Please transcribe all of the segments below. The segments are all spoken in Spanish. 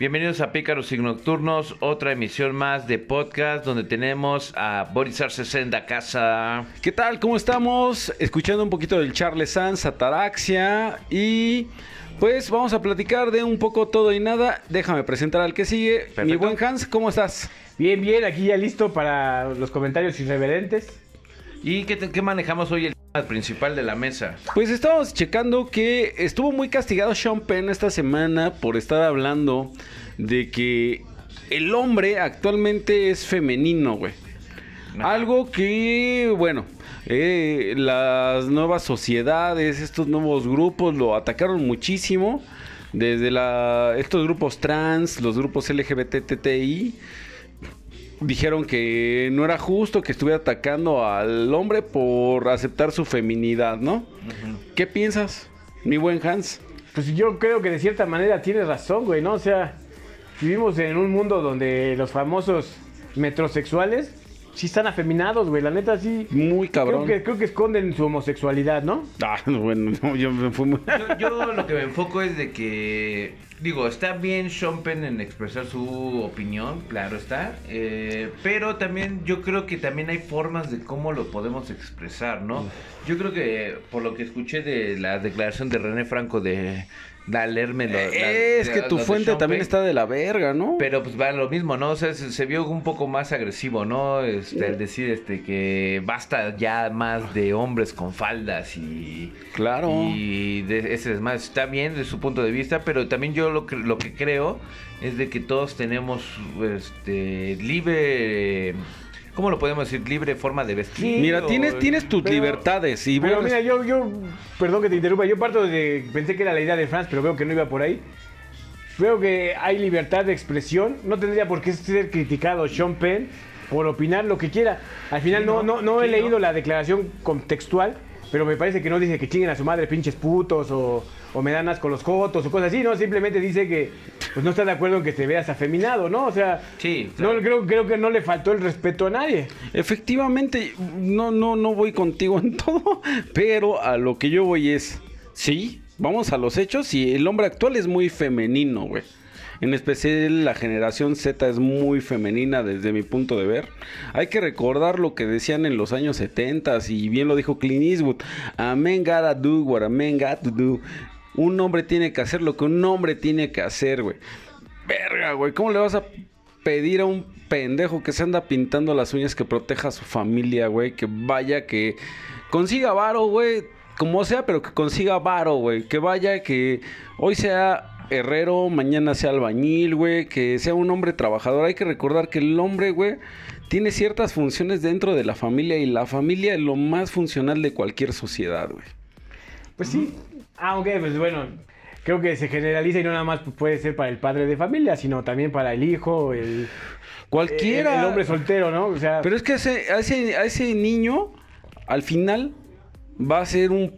Bienvenidos a Pícaros y Nocturnos, otra emisión más de podcast donde tenemos a Boris Arce en la casa. ¿Qué tal? ¿Cómo estamos? Escuchando un poquito del Charles Sanz, Ataraxia y pues vamos a platicar de un poco todo y nada. Déjame presentar al que sigue. Mi Perfecto. buen Hans, ¿cómo estás? Bien, bien, aquí ya listo para los comentarios irreverentes. ¿Y qué, te- qué manejamos hoy el tema principal de la mesa? Pues estábamos checando que estuvo muy castigado Sean Penn esta semana por estar hablando de que el hombre actualmente es femenino, güey. Ajá. Algo que, bueno, eh, las nuevas sociedades, estos nuevos grupos lo atacaron muchísimo. Desde la, estos grupos trans, los grupos LGBTTI, dijeron que no era justo que estuviera atacando al hombre por aceptar su feminidad, ¿no? ¿Qué piensas, mi buen Hans? Pues yo creo que de cierta manera tienes razón, güey, ¿no? O sea, vivimos en un mundo donde los famosos metrosexuales sí están afeminados, güey. La neta sí. Muy Creo cabrón. que, creo que esconden su homosexualidad, ¿no? Ah, bueno, no, yo me fui muy... Yo, yo lo que me enfoco es de que, digo, está bien Sean Penn en expresar su opinión, claro está, eh, pero también yo creo que también hay formas de cómo lo podemos expresar, ¿no? Yo creo que por lo que escuché de la declaración de René Franco de, de leerme lo- la- Eh, Es que la- tu lo de fuente Sean también Penn, está de la verga, ¿no? Pero pues va lo mismo, ¿no? O sea, se, se vio un poco más agresivo, ¿no? Este, el decir este que basta ya más de hombres con faldas y Claro. y de- ese es más, está bien desde su punto de vista, pero también yo lo que, lo que creo es de que todos tenemos este libre, ¿cómo lo podemos decir? Libre forma de vestir. Sí, Mira, o- tienes, tienes tus pero- libertades y Pero bueno, mira, yo, yo, perdón que te interrumpa, yo parto de, pensé que era la idea de France, pero veo que no iba por ahí. Veo que hay libertad de expresión, no tendría por qué ser criticado Sean Penn por opinar lo que quiera. Al final Sí, no, ¿no? no, no he Sí, leído ¿no? la declaración contextual, pero me parece que no dice que chinguen a su madre pinches putos o, o me dan asco los jotos o cosas así, no, simplemente dice que pues, no está de acuerdo en que te veas afeminado, ¿no? O sea, Sí, no, creo, creo que no le faltó el respeto a nadie. efectivamente, no, no, no voy contigo en todo, pero a lo que yo voy es, sí, vamos a los hechos y el hombre actual es muy femenino, güey. En especial la generación Z es muy femenina desde mi punto de ver. Hay que recordar lo que decían en los años 70 y bien lo dijo Clint Eastwood. A man gotta do what a man got to do. Un hombre tiene que hacer lo que un hombre tiene que hacer, güey. Verga, güey, ¿cómo le vas a pedir a un pendejo que se anda pintando las uñas que proteja a su familia, güey? Que vaya, que consiga varo, güey, como sea, pero que consiga varo, güey. Que vaya, que hoy sea herrero, mañana sea albañil, güey, que sea un hombre trabajador. Hay que recordar que el hombre, güey, tiene ciertas funciones dentro de la familia y la familia es lo más funcional de cualquier sociedad, güey. Pues sí. Aunque, pues bueno, creo que se generaliza y no nada más puede ser para el padre de familia, sino también para el hijo, el, el, Cualquiera. el hombre soltero, ¿no? O sea, Pero es que a ese, a ese- a ese niño, al final, va a ser un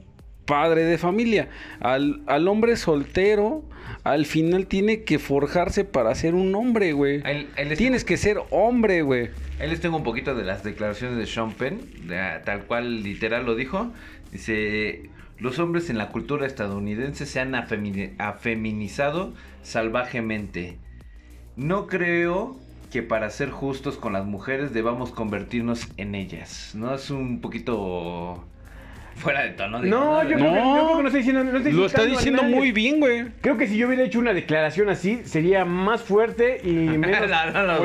padre de familia. Al, al hombre soltero, al final tiene que forjarse para ser un hombre, güey. Ahí- ahí les- Tienes que ser hombre, güey. Ahí les tengo un poquito de las declaraciones de Sean Penn, de- tal cual literal lo dijo. Dice, los hombres en la cultura estadounidense se han afemini- afeminizado salvajemente. No creo que para ser justos con las mujeres debamos convertirnos en ellas. ¿No? Es un poquito fuera de tono. digo, no, yo, Creo que, No. yo creo que no está diciendo. No estoy Lo está criticando a diciendo nadie. muy bien, güey. Creo que si yo hubiera hecho una declaración así, sería más fuerte y menos. No,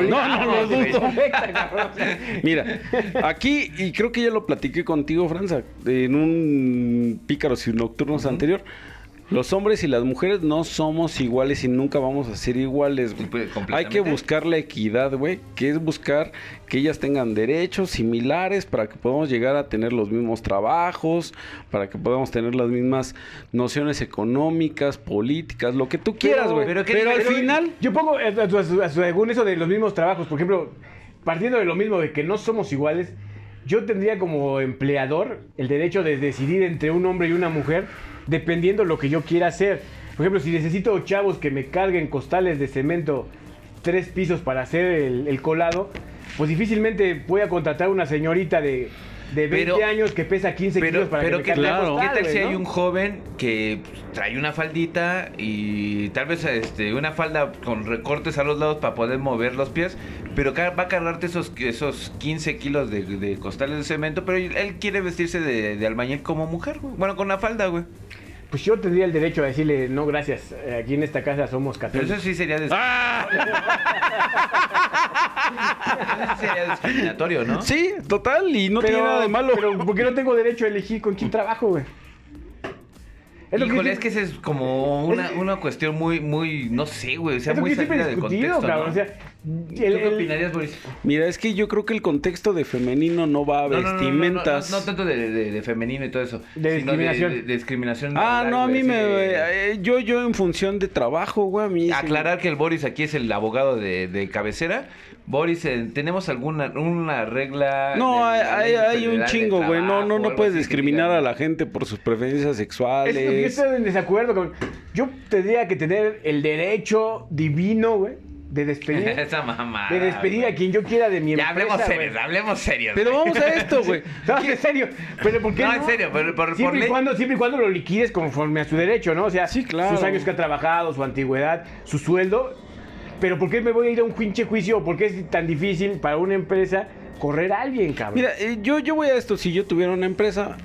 no, no, no, no, políticamente no, no. correcta, cabrón. O sea, Mira, aquí, y creo que ya lo platiqué contigo, Franza, en un Pícaros y Nocturnos anterior. Los hombres y las mujeres no somos iguales y nunca vamos a ser iguales, güey. Pues, completamente. Hay que buscar la equidad, güey, que es buscar que ellas tengan derechos similares para que podamos llegar a tener los mismos trabajos, para que podamos tener las mismas nociones económicas, políticas, lo que tú quieras, güey. Pero, pero qué- al pero- final... Yo pongo eh, a su- a su- a su- según eso de los mismos trabajos, por ejemplo, partiendo de lo mismo de que no somos iguales, yo tendría como empleador el derecho de decidir entre un hombre y una mujer dependiendo lo que yo quiera hacer. Por ejemplo, si necesito chavos que me carguen costales de cemento tres pisos para hacer el, el colado, pues difícilmente voy a contratar una señorita de de 20 Pero- años que pesa 15 Pero, kilos para pero ¿qué, que, me tal, caiga Claro. qué acostado, tal si güey, hay no? un joven que pues, trae una faldita y tal vez este, una falda con recortes a los lados para poder mover los pies, pero ca- va a cargarte esos, esos 15 kilos de, de costales de cemento, pero él quiere vestirse de, de albañil como mujer, güey. Bueno, con una falda, güey. Pues yo tendría el derecho a decirle, no, gracias, eh, aquí en esta casa somos Pero Pues católicos. eso sí sería, dis- ¡Ah! eso sería discriminatorio, ¿no? Sí, total, y no Pero- tiene nada de malo. Pero ¿por qué no tengo derecho a elegir con quién trabajo, güey? Es lo que Híjole, yo es que esa es como una, una cuestión muy, muy, no sé, güey, o sea, es lo muy que siempre salida he de discutido, contexto, cabrón. ¿no? O sea, ¿Tú el- qué el- opinarías, Boris? Mira, es que yo creo que el contexto de femenino no va No, a no, no, no, vestimentas. No, no, no tanto de, de- de femenino y todo eso. sino discriminación. De, de discriminación. Ah, laboral, no, a güey, mí me. así de- eh, yo, yo en función de trabajo, güey, a mí. sí- Aclarar que el Boris aquí es el abogado de, de cabecera. Boris, eh, ¿tenemos alguna una regla? No, de- hay, de hay, ley hay un federal de chingo, güey. No, trabajo o no, no algo puedes así que discriminar digan? a la gente por sus preferencias Eso es lo que yo sexuales. estoy en desacuerdo, cabrón. Yo tendría que tener el derecho divino, güey, de despedir. Esa mamá. de despedir a quien yo quiera de mi Ya empresa. hablemos güey. serios, hablemos serios. Pero güey. vamos a esto, güey. No, en serio. Pero ¿por qué No, no? en serio, pero por- por siempre, ley. y cuando, siempre y cuando lo liquides conforme a su derecho, ¿no? O sea, Sí, claro. sus años que ha trabajado, su antigüedad, su sueldo. Pero ¿por qué me voy a ir a un pinche juicio? ¿O ¿Por qué es tan difícil para una empresa correr a alguien, cabrón? Mira, eh, yo, yo voy a esto. Si yo tuviera una empresa,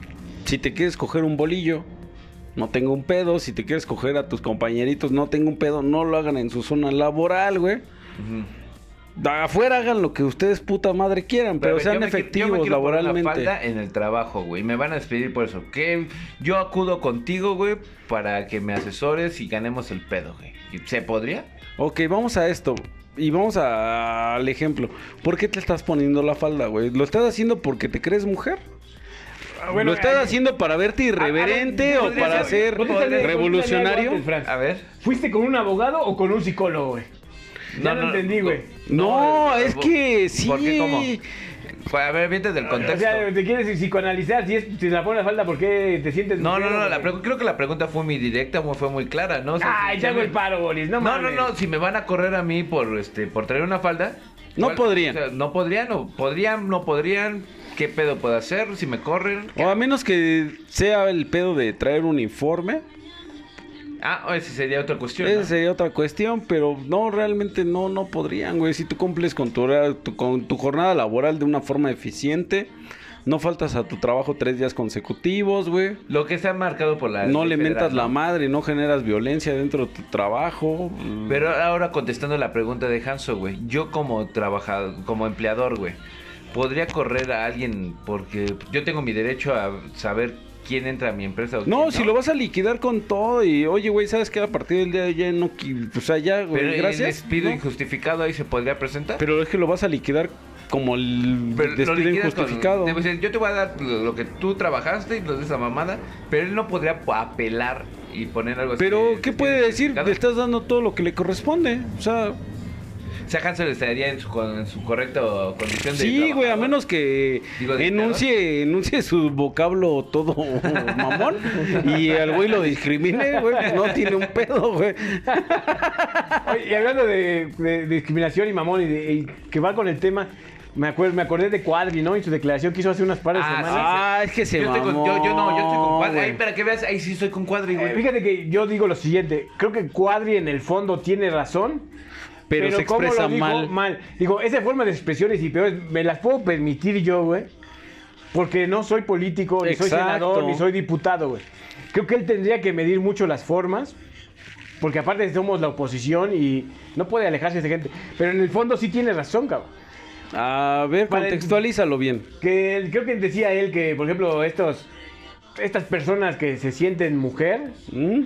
si te quieres coger un bolillo, no tengo un pedo. Si te quieres coger a tus compañeritos, no tengo un pedo. No lo hagan en su zona laboral, güey. Ujú. Da- Afuera hagan lo que ustedes puta madre quieran, pero, a ver, yo sean me qui- yo me efectivos quiero poner una laboralmente. falda en el trabajo, güey. Me van a despedir por eso. Que yo acudo contigo, güey, para que me asesores y ganemos el pedo, güey. ¿Se podría? Ok, vamos a esto. Y vamos a- al ejemplo. ¿Por qué te estás poniendo la falda, güey? ¿Lo estás haciendo porque te crees mujer? bueno, ¿Lo estás eh, haciendo para verte irreverente a- a- o para ser- ser ¿Dónde está el- dónde está el revolucionario? negro antes, Fran? A ver. ¿Fuiste con un abogado o con un psicólogo, güey? Ya no, entendí, güey. No, eh, es bo- que sí. ¿Por qué cómo? Pues, A ver, vete del O contexto. sea, te quieres psicoanalizar, si es, si la pones la falda, ¿por qué te sientes No, no, mujer, no, güey? la pregu- creo que la pregunta fue muy directa, muy- fue muy clara, ¿no? O sea, Ay, si- te si hago me- el paro, Boris, no No, no, mames. no, si me van a correr a mí por este por traer una falda. No ¿cuál- podrían. o sea, no podrían, o podrían, no podrían. ¿Qué pedo puedo hacer si me corren? O a menos que sea el pedo de traer uniforme. Ah, esa sería otra cuestión. Esa ¿no? sería otra cuestión, pero no, realmente no, no podrían, güey. Si tú cumples con tu, hora- tu- con tu jornada laboral de una forma eficiente, no faltas a tu trabajo tres días consecutivos, güey. Lo que está marcado por la. No ley le mentas Ah, federal, la ¿no? madre, no generas violencia dentro de tu trabajo. mm. Pero ahora contestando la pregunta de Hanso, güey. Yo como trabajador, como empleador, güey, podría correr a alguien porque yo tengo mi derecho a saber quién entra a mi empresa. o quién No, si lo vas a liquidar con todo y, oye, güey, ¿sabes qué? A partir del día de ya no... qui- O sea, ya, güey, Pero eh, el gracias. despido ¿no? injustificado ahí se podría presentar. Pero es que lo vas a liquidar como el Pero lo despido liquidas con- injustificado. te voy a decir, yo te voy a dar lo lo que tú trabajaste y lo de esa mamada, pero él no podría apelar y poner algo así. Pero, de- ¿qué de- puede decir? justificado. Le estás dando todo lo que le corresponde. O sea, O sea, Hansel estaría en su, con- en su correcta condición de sí, güey, a trabajador. menos que Digo, de enuncie, enuncie su vocablo todo mamón y al güey lo discrimine, güey, pues no tiene un pedo, güey. Oye, y hablando de, de discriminación y mamón y, de- y que va con el tema, me, acuer- me acordé de Cuadri, ¿no? Y su declaración que hizo hace unas par de Ah, semanas. Ah, es que se yo, estoy con- mamó. yo, yo no, yo estoy con Cuadri. güey. Ahí, para que veas, ahí sí estoy con Cuadri, Eh, güey. fíjate que yo digo lo siguiente, creo que Cuadri en el fondo tiene razón. Pero se ¿cómo lo expresa dijo? mal. Digo, esa forma de expresiones y peores me las puedo permitir yo, güey. Porque no soy político, ni soy Exacto. senador, ni soy diputado, güey. Creo que él tendría que medir mucho las formas. Porque aparte somos la oposición y no puede alejarse de gente. Pero en el fondo sí tiene razón, cabrón. A ver, Para- contextualízalo bien. Que él- creo que decía él que, por ejemplo, estos, estas personas que se sienten mujer ¿Mm?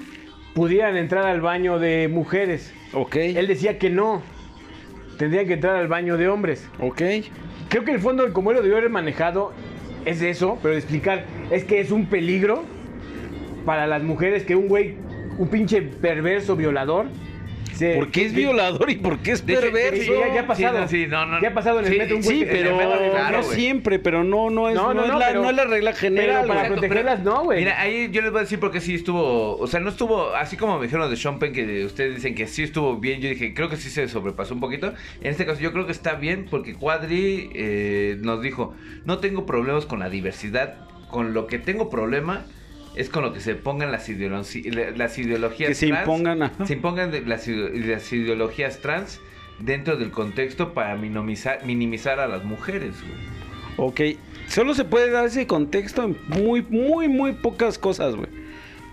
pudieran entrar al baño de mujeres. Ok. Él decía que no. Tendrían que entrar al baño de hombres. Ok. Creo que el fondo, como él lo debió haber manejado, es eso, pero de explicar, es que es un peligro para las mujeres que un güey, un pinche perverso violador, se- ¿Por qué es que- violador y por qué es Deje- que perverso? deje- Ya, ya ha pasado. Sí, no, sí, no, no. Ya ha pasado en el Sí, metro un güey Sí, que- pero Claro, no güey. siempre, pero no, no es, No, no, no, es no, la, pero- no es la regla general. pero para güey. Exacto, protegerlas, pero- no, güey. Mira, ahí yo les voy a decir porque sí estuvo. O sea, no estuvo. Así como me dijeron de Sean Penn, que ustedes dicen que sí estuvo bien. Yo dije, creo que sí se sobrepasó un poquito. En este caso, yo creo que está bien porque Cuadri eh, nos dijo: No tengo problemas con la diversidad. Con lo que tengo problema es con lo que se pongan las, ideologi- la- las ideologías Que se trans. impongan, ajá. Se impongan de- las, ide- las ideologías trans dentro del contexto para minimizar, minimizar a las mujeres, güey. Ok, solo se puede dar ese contexto en muy, muy, muy pocas cosas, güey.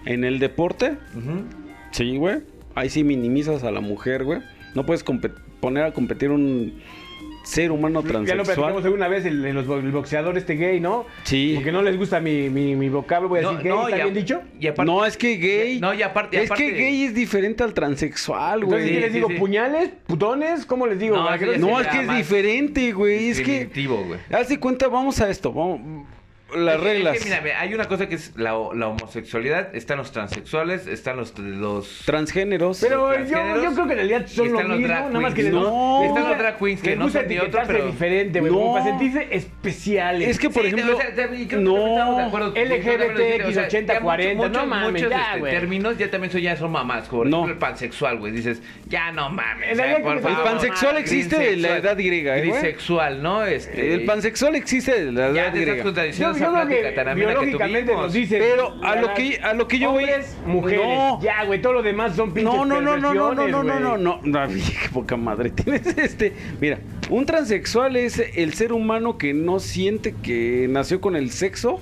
En el deporte, Ujú. sí, güey. Ahí sí minimizas a la mujer, güey. No puedes compe- poner a competir un ser humano Ya lo platicamos transexual. alguna vez el, en los bo- el boxeador este gay, ¿no? Sí. Porque no les gusta mi, mi, mi vocablo, Pues, voy a No, decir gay, no, ¿está y a- bien dicho? y aparte- No, es que gay. No, y aparte- y Es aparte- que gay es diferente al transexual, Entonces, güey. ¿qué Sí, les digo? sí. ¿Puñales? ¿Putones? ¿Cómo les digo? No, Para sí, no sí, se- No, ya es que es más diferente, güey. Es que. Primitivo, güey. Haz de cuenta, vamos a esto. Vamos, las Es que- reglas. es que, mira, mira, hay una cosa que es la, la homosexualidad, están los transexuales, están los... los Transgéneros. Pero los yo, yo transgéneros creo que en realidad son y lo están mismo, los drag nada más que les queens. No. les Están gusta- los drag queens que les no gusta son ni otro, etiquetarse pero- diferente, güey, No. como para sentirse especiales. Es que, por Sí, ejemplo, o sea, también creo que no. también estamos de acuerdo. LGBTX, O sea, ya 80, muchos- 40, muchos, no mames, muchos, ya, este, güey. términos ya también son, ya son mamás, como por No. ejemplo el pansexual, güey. Dices, ya no mames. En ya, realidad por que- El favor. pansexual existe de la Grinsexual. edad griega, ¿eh, güey? Grisexual, ¿no? Este, El pansexual existe desde la Ya edad te estás griega. yo, contradiciendo yo esa creo plática tan que amena que biológicamente tuvimos. nos dicen. Pero a lo que- a lo que yo voy- hombres, mujeres. No. Ya, güey, todo lo demás son pinches No, no, no, no, no, no, no, no, perversiones, no, güey. no, no, qué poca madre tienes este. Mira, un transexual es el ser humano que no siente que nació con el sexo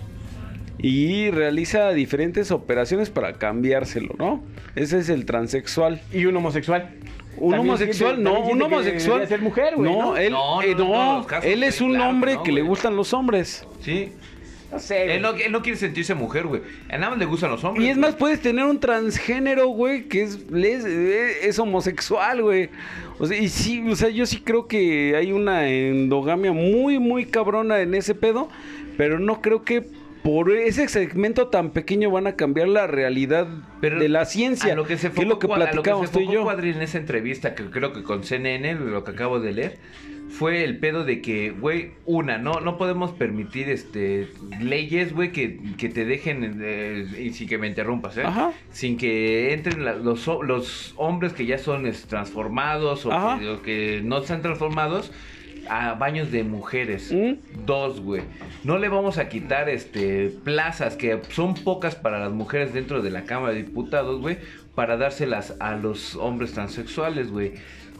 y realiza diferentes operaciones para cambiárselo, ¿no? Ese es el transexual. Y un homosexual. Un También homosexual, siente- no, también un siente que homosexual. debería ser mujer, güey. no, No, él, No, no, eh, no, no, todos los casos, él es sí, un claro que hombre no, que le güey. gustan los hombres. Sí. No sé, güey. Él no, él no quiere sentirse mujer, güey. A nada más le gustan los hombres. Y es güey. más, puedes tener un transgénero, güey, que es, les- eh, es homosexual, güey. O sea, y sí, o sea, yo sí creo que hay una endogamia muy, muy cabrona en ese pedo, pero no creo que por ese segmento tan pequeño van a cambiar la realidad Pero de la ciencia. a lo que se es lo que focó Cua- a lo que platicamos se tú y focó yo. Cuadri en esa entrevista que creo que con CNN, lo que acabo de leer, fue el pedo de que, güey, una, no, no podemos permitir este leyes, güey, que, que te dejen, eh, y sin que me interrumpas, ¿eh? Ajá. Sin que entren la- los, ho- los hombres que ya son es, transformados o Ajá. que, o que no están transformados a baños de mujeres. ¿Mm? Dos, güey. No le vamos a quitar este plazas que son pocas para las mujeres dentro de la Cámara de Diputados, güey, para dárselas a los hombres transexuales, güey.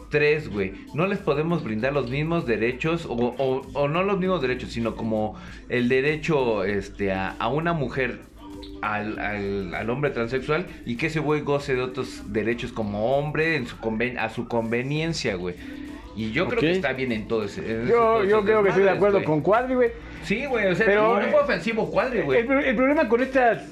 Tres, güey. No les podemos brindar los mismos derechos, o, o- o no los mismos derechos, sino como el derecho este, a, a una mujer. Al, al- al hombre transexual y que ese güey goce de otros derechos como hombre en su conven- a su conveniencia, güey. Y yo creo Ok. que está bien en todo ese. en Yo, todo yo ese creo que estoy de desmadres, acuerdo güey. con Cuadri, güey. Sí, güey, o sea, Pero, eh, no fue ofensivo cuadri, güey. El, pro- el problema con estas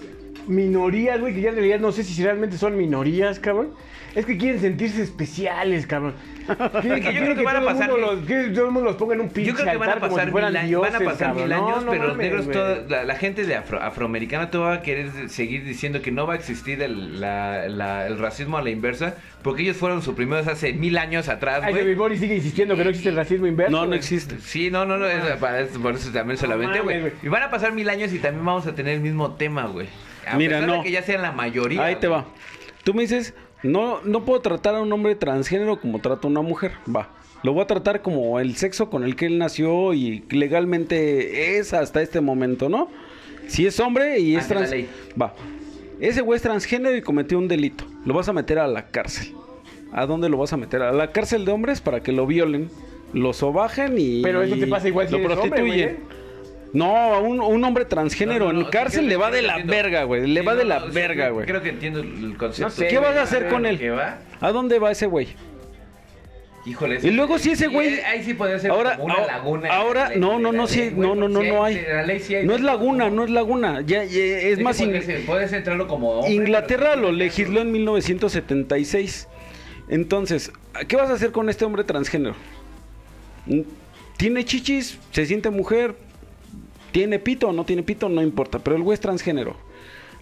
minorías, güey, que ya en realidad no sé si realmente son minorías, cabrón. Es que quieren sentirse especiales, cabrón. Es Quieren, que yo quieren creo que van a todo el pasar mundo mil- los, que todo el mundo los ponga en un pinche Yo creo que van a altar como pasar si mil, fueran años, dioses, van a pasar mil cabrón. No, años, no pero los mames, negros, güey. toda, la, la gente de afro- afroamericana todo va a querer de- seguir diciendo que no va a existir el, la- la- el racismo a la inversa, porque ellos fueron suprimidos hace mil años atrás, Ay, mi ah, güey. Boris sigue insistiendo que no existe el racismo inverso. No, no güey. existe. Sí, no, no, no, es, para eso- por eso también se la Ah. No aventé, mames, güey. güey. Y van a pasar mil años y también vamos a tener el mismo tema, güey. A Mira, pesar de no. que ya sean la mayoría. Ahí te güey. va. Tú me dices, no, no puedo tratar a un hombre transgénero como trato a una mujer. Va. Lo voy a tratar como el sexo con el que él nació y legalmente es hasta este momento, ¿no? Si es hombre y es Ante Ah, la trans. ley. Va. Ese güey es transgénero y cometió un delito. Lo vas a meter a la cárcel. ¿A dónde lo vas a meter? A la cárcel de hombres para que lo violen, lo sobajen y. Pero eso te pasa igual si lo eres hombre, prostituyen. güey, ¿eh? no, a un, un hombre No, transgénero no, no, en sí, cárcel creo le que- va de creo que la entiendo. verga, güey. Le Sí, va no, de no, la sí, verga, creo- güey. Creo que entiendo el concepto. sé, ¿Qué vas a güey, hacer con él? ¿Qué va? ¿A dónde va ese güey? Híjole. Y luego si ese sí, güey- eh, Ahí sí podría ser Ahora, como una ahora- laguna. ahora, de la- no, de no, la no, ley, sí, güey, no, no, porque no, sí no hay. de la ley sí hay- No es laguna, no es laguna. Ya, ya, es Sí, más, porque In- sí, Puedes entrarlo como. hombre, Inglaterra pero- lo legisló en 1976. Entonces, ¿qué vas a hacer con este hombre transgénero? Mm, Tiene chichis, se siente mujer, tiene pito, no tiene pito, no importa, pero el güey es transgénero.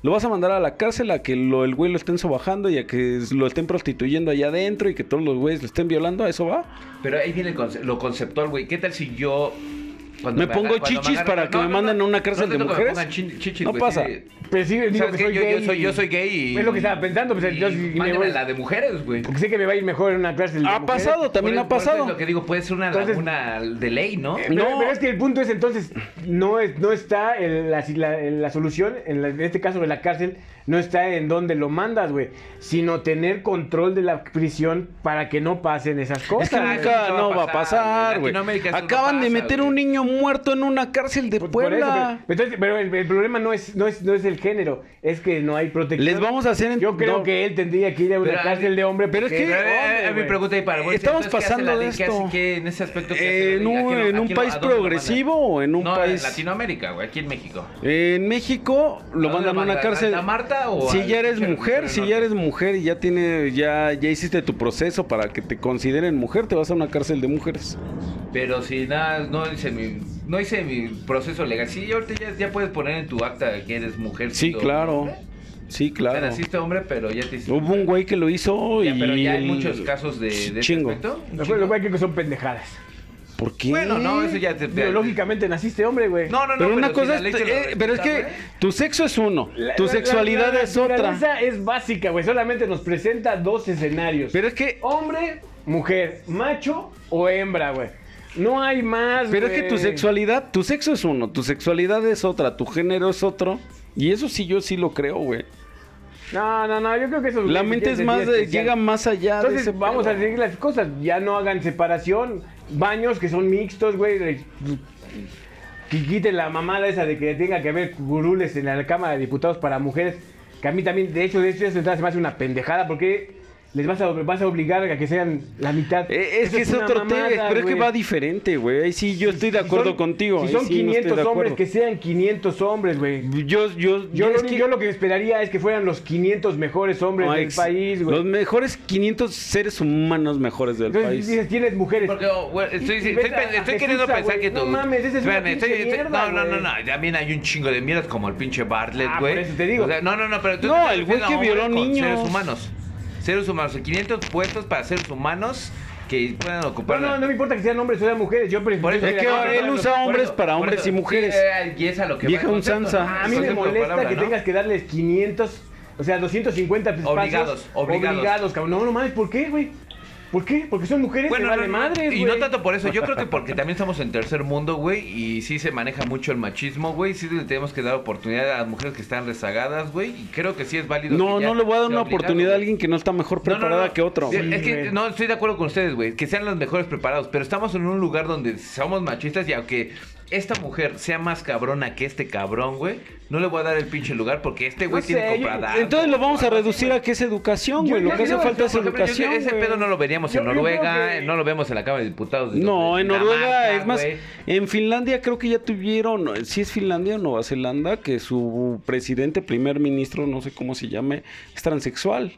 Lo vas a mandar a la cárcel a que lo, el güey lo estén sobajando y a que lo estén prostituyendo allá adentro y que todos los güeyes lo estén violando. ¿A eso va? Pero ahí viene el conce- lo conceptual, güey. ¿Qué tal si yo... cuando Me agar- pongo cuando chichis agarran- para que me manden a una cárcel de tanto que me mujeres. pongan chin- chichis, No güey, pasa. sí. Pero sí, digo ¿Sabes que qué? soy yo, gay. yo soy, yo soy gay y... Es lo que estaba pensando, pues, y yo sí me mándenme voy. la de mujeres, güey. Porque sé que me va a ir mejor en una cárcel. de Ha mujeres. pasado, también Por ha por eso es pasado. Lo que digo, puede ser una Entonces- laguna de ley, ¿no? Pero- No. Pero, es que el punto es entonces, no, es, no está el- la, la- la solución, en, la- en este caso de la cárcel, no está en dónde lo mandas, güey, sino tener control de la prisión para que no pasen esas Es que cosas. Puta, nunca eso no va a pasar, en güey. Latinoamérica eso no Acaban de pasa, meter güey. Pues un niño muerto en una cárcel de Por- por eso, Puebla. pero, entonces, pero el, el problema no es, no, es, no es el género, es que no hay protección. Les vamos a hacer en- Yo creo no. que él tendría que ir a una Pero, cárcel de hombre. pero es porque que- Eh, hombre, eh, mi güey. pregunta y para bueno, Estamos entonces, ¿qué hace pasando la de ley? ¿Qué hace- esto. qué en ese aspecto qué hace Eh, la en ley? ¿A un- quién lo- en a un quién lo- país a dónde lo progresivo mandan? o en un No, país- en Latinoamérica, güey, aquí en México. En México lo ¿A dónde mandan a una mandan? cárcel. ¿A Marta o si al ya eres pinche mujer, Luis si Miguel ya eres mujer y ya tiene ya ya hiciste tu proceso para que te consideren mujer, te vas a una cárcel de mujeres. Pero si nada, no hice mi no hice mi proceso legal. Sí, ahorita ya, ya puedes poner en tu acta que eres mujer. Sí, siendo- claro. ¿Eh? Sí, O sea, claro. naciste hombre, pero ya te hiciste. Hubo un güey que lo hizo Ya, y pero ya hay el- muchos casos de, de ese chingo. aspecto, un Lo, chingo. lo cual creo que son pendejadas. ¿Por qué? Bueno, no, eso ya te Biológicamente naciste hombre, güey. No, no, no, pero una si cosa la ley es, te lo eh, pero es respeta, que güey. tu sexo es uno, La- tu la- la- sexualidad la es otra. naturaleza es básica, güey. Solamente nos presenta dos escenarios. Pero es que Hombre, mujer, macho o hembra, güey. No hay más, Pero es que tu güey. sexualidad, tu sexo es uno, tu sexualidad es otra, tu género es otro. Y eso sí, yo sí lo creo, güey. No, no, no, yo creo que eso... La mente es más, de- llega más allá de Entonces ese vamos pedo. a seguir las cosas. Ya no hagan separación. Baños que son mixtos, güey. re- Que quiten la mamada esa de que tenga que haber gurules en la Cámara de Diputados para mujeres. Que a mí también, de hecho, de hecho, eso se me hace una pendejada porque les vas a, vas a obligar a que sean la mitad. Eh, Es Eso que es una otro tema, mamada, pero es que güey. va diferente, güey. Ahí sí, yo estoy de Si acuerdo son- contigo. Si ahí son sí no estoy 500 de hombres, acuerdo. que sean 500 hombres, güey. Yo, yo, Yo, es lo, que- yo lo que esperaría es que fueran los 500 mejores hombres no, del ex- país, güey. Los mejores 500 seres humanos mejores del Entonces país. dices, tienes mujeres. Porque oh, güey, estoy, Y- y estoy- vete estoy- a- estoy a queriendo Jesusa, pensar güey. que No todo. mames, esa es una Espérame, estoy- pinche estoy- mierda, No, no, no, güey. no. También hay un chingo de mierdas como el pinche Bartlett, Ah, güey. por eso te digo. O sea, no, no, no, pero tú No, estás el güey que diciendo violó hombres con niños. Seres humanos. Seres humanos. 500 puestos para seres humanos que puedan No, ocupar. no, la- no me importa que sean hombres o sean mujeres. Yo prefiero. Por eso- Es que No, no, él no, usa por hombres eso, para por hombres eso. y mujeres. Sí, eh, y es a lo que va Vieja el concepto, usanza. ¿no? A mí me Concepto de molesta palabra, que ¿no? tengas que darles 500, o sea, 250 espacios Obligados, obligados. obligados, cabrón. No, no mames, ¿por qué, güey? ¿Por qué? Porque son mujeres, bueno, vale madres, y güey. no tanto por eso, yo creo que porque también estamos en tercer mundo, güey, y sí se maneja mucho el machismo, güey, sí le tenemos que dar oportunidad a las mujeres que están rezagadas, güey, y creo que sí es válido. No, que ya no le voy a dar sea una obligado, oportunidad a güey. alguien que no está mejor No, no, preparada no. que otro. Sí, Sí, es que güey. no estoy de acuerdo con ustedes, güey, que sean los mejores preparados, pero estamos en un lugar donde somos machistas y aunque esta mujer sea más cabrona que este cabrón, güey, no le voy a dar el pinche lugar porque este güey No tiene sé, yo- comprada. Entonces lo ah, vamos a reducir a que es educación, pues, Yo- güey. Lo yo que hace creo- falta es Por ejemplo, yo creo que educación. Ese güey. pedo no lo veríamos en Yo- yo creo Noruega, que- no lo vemos en la Cámara de Diputados. de- No, de en Noruega Dinamarca, es más. güey. En Finlandia creo que ya tuvieron, si es Finlandia o Nueva Zelanda, que su presidente, primer ministro, no sé cómo se llame, es transexual.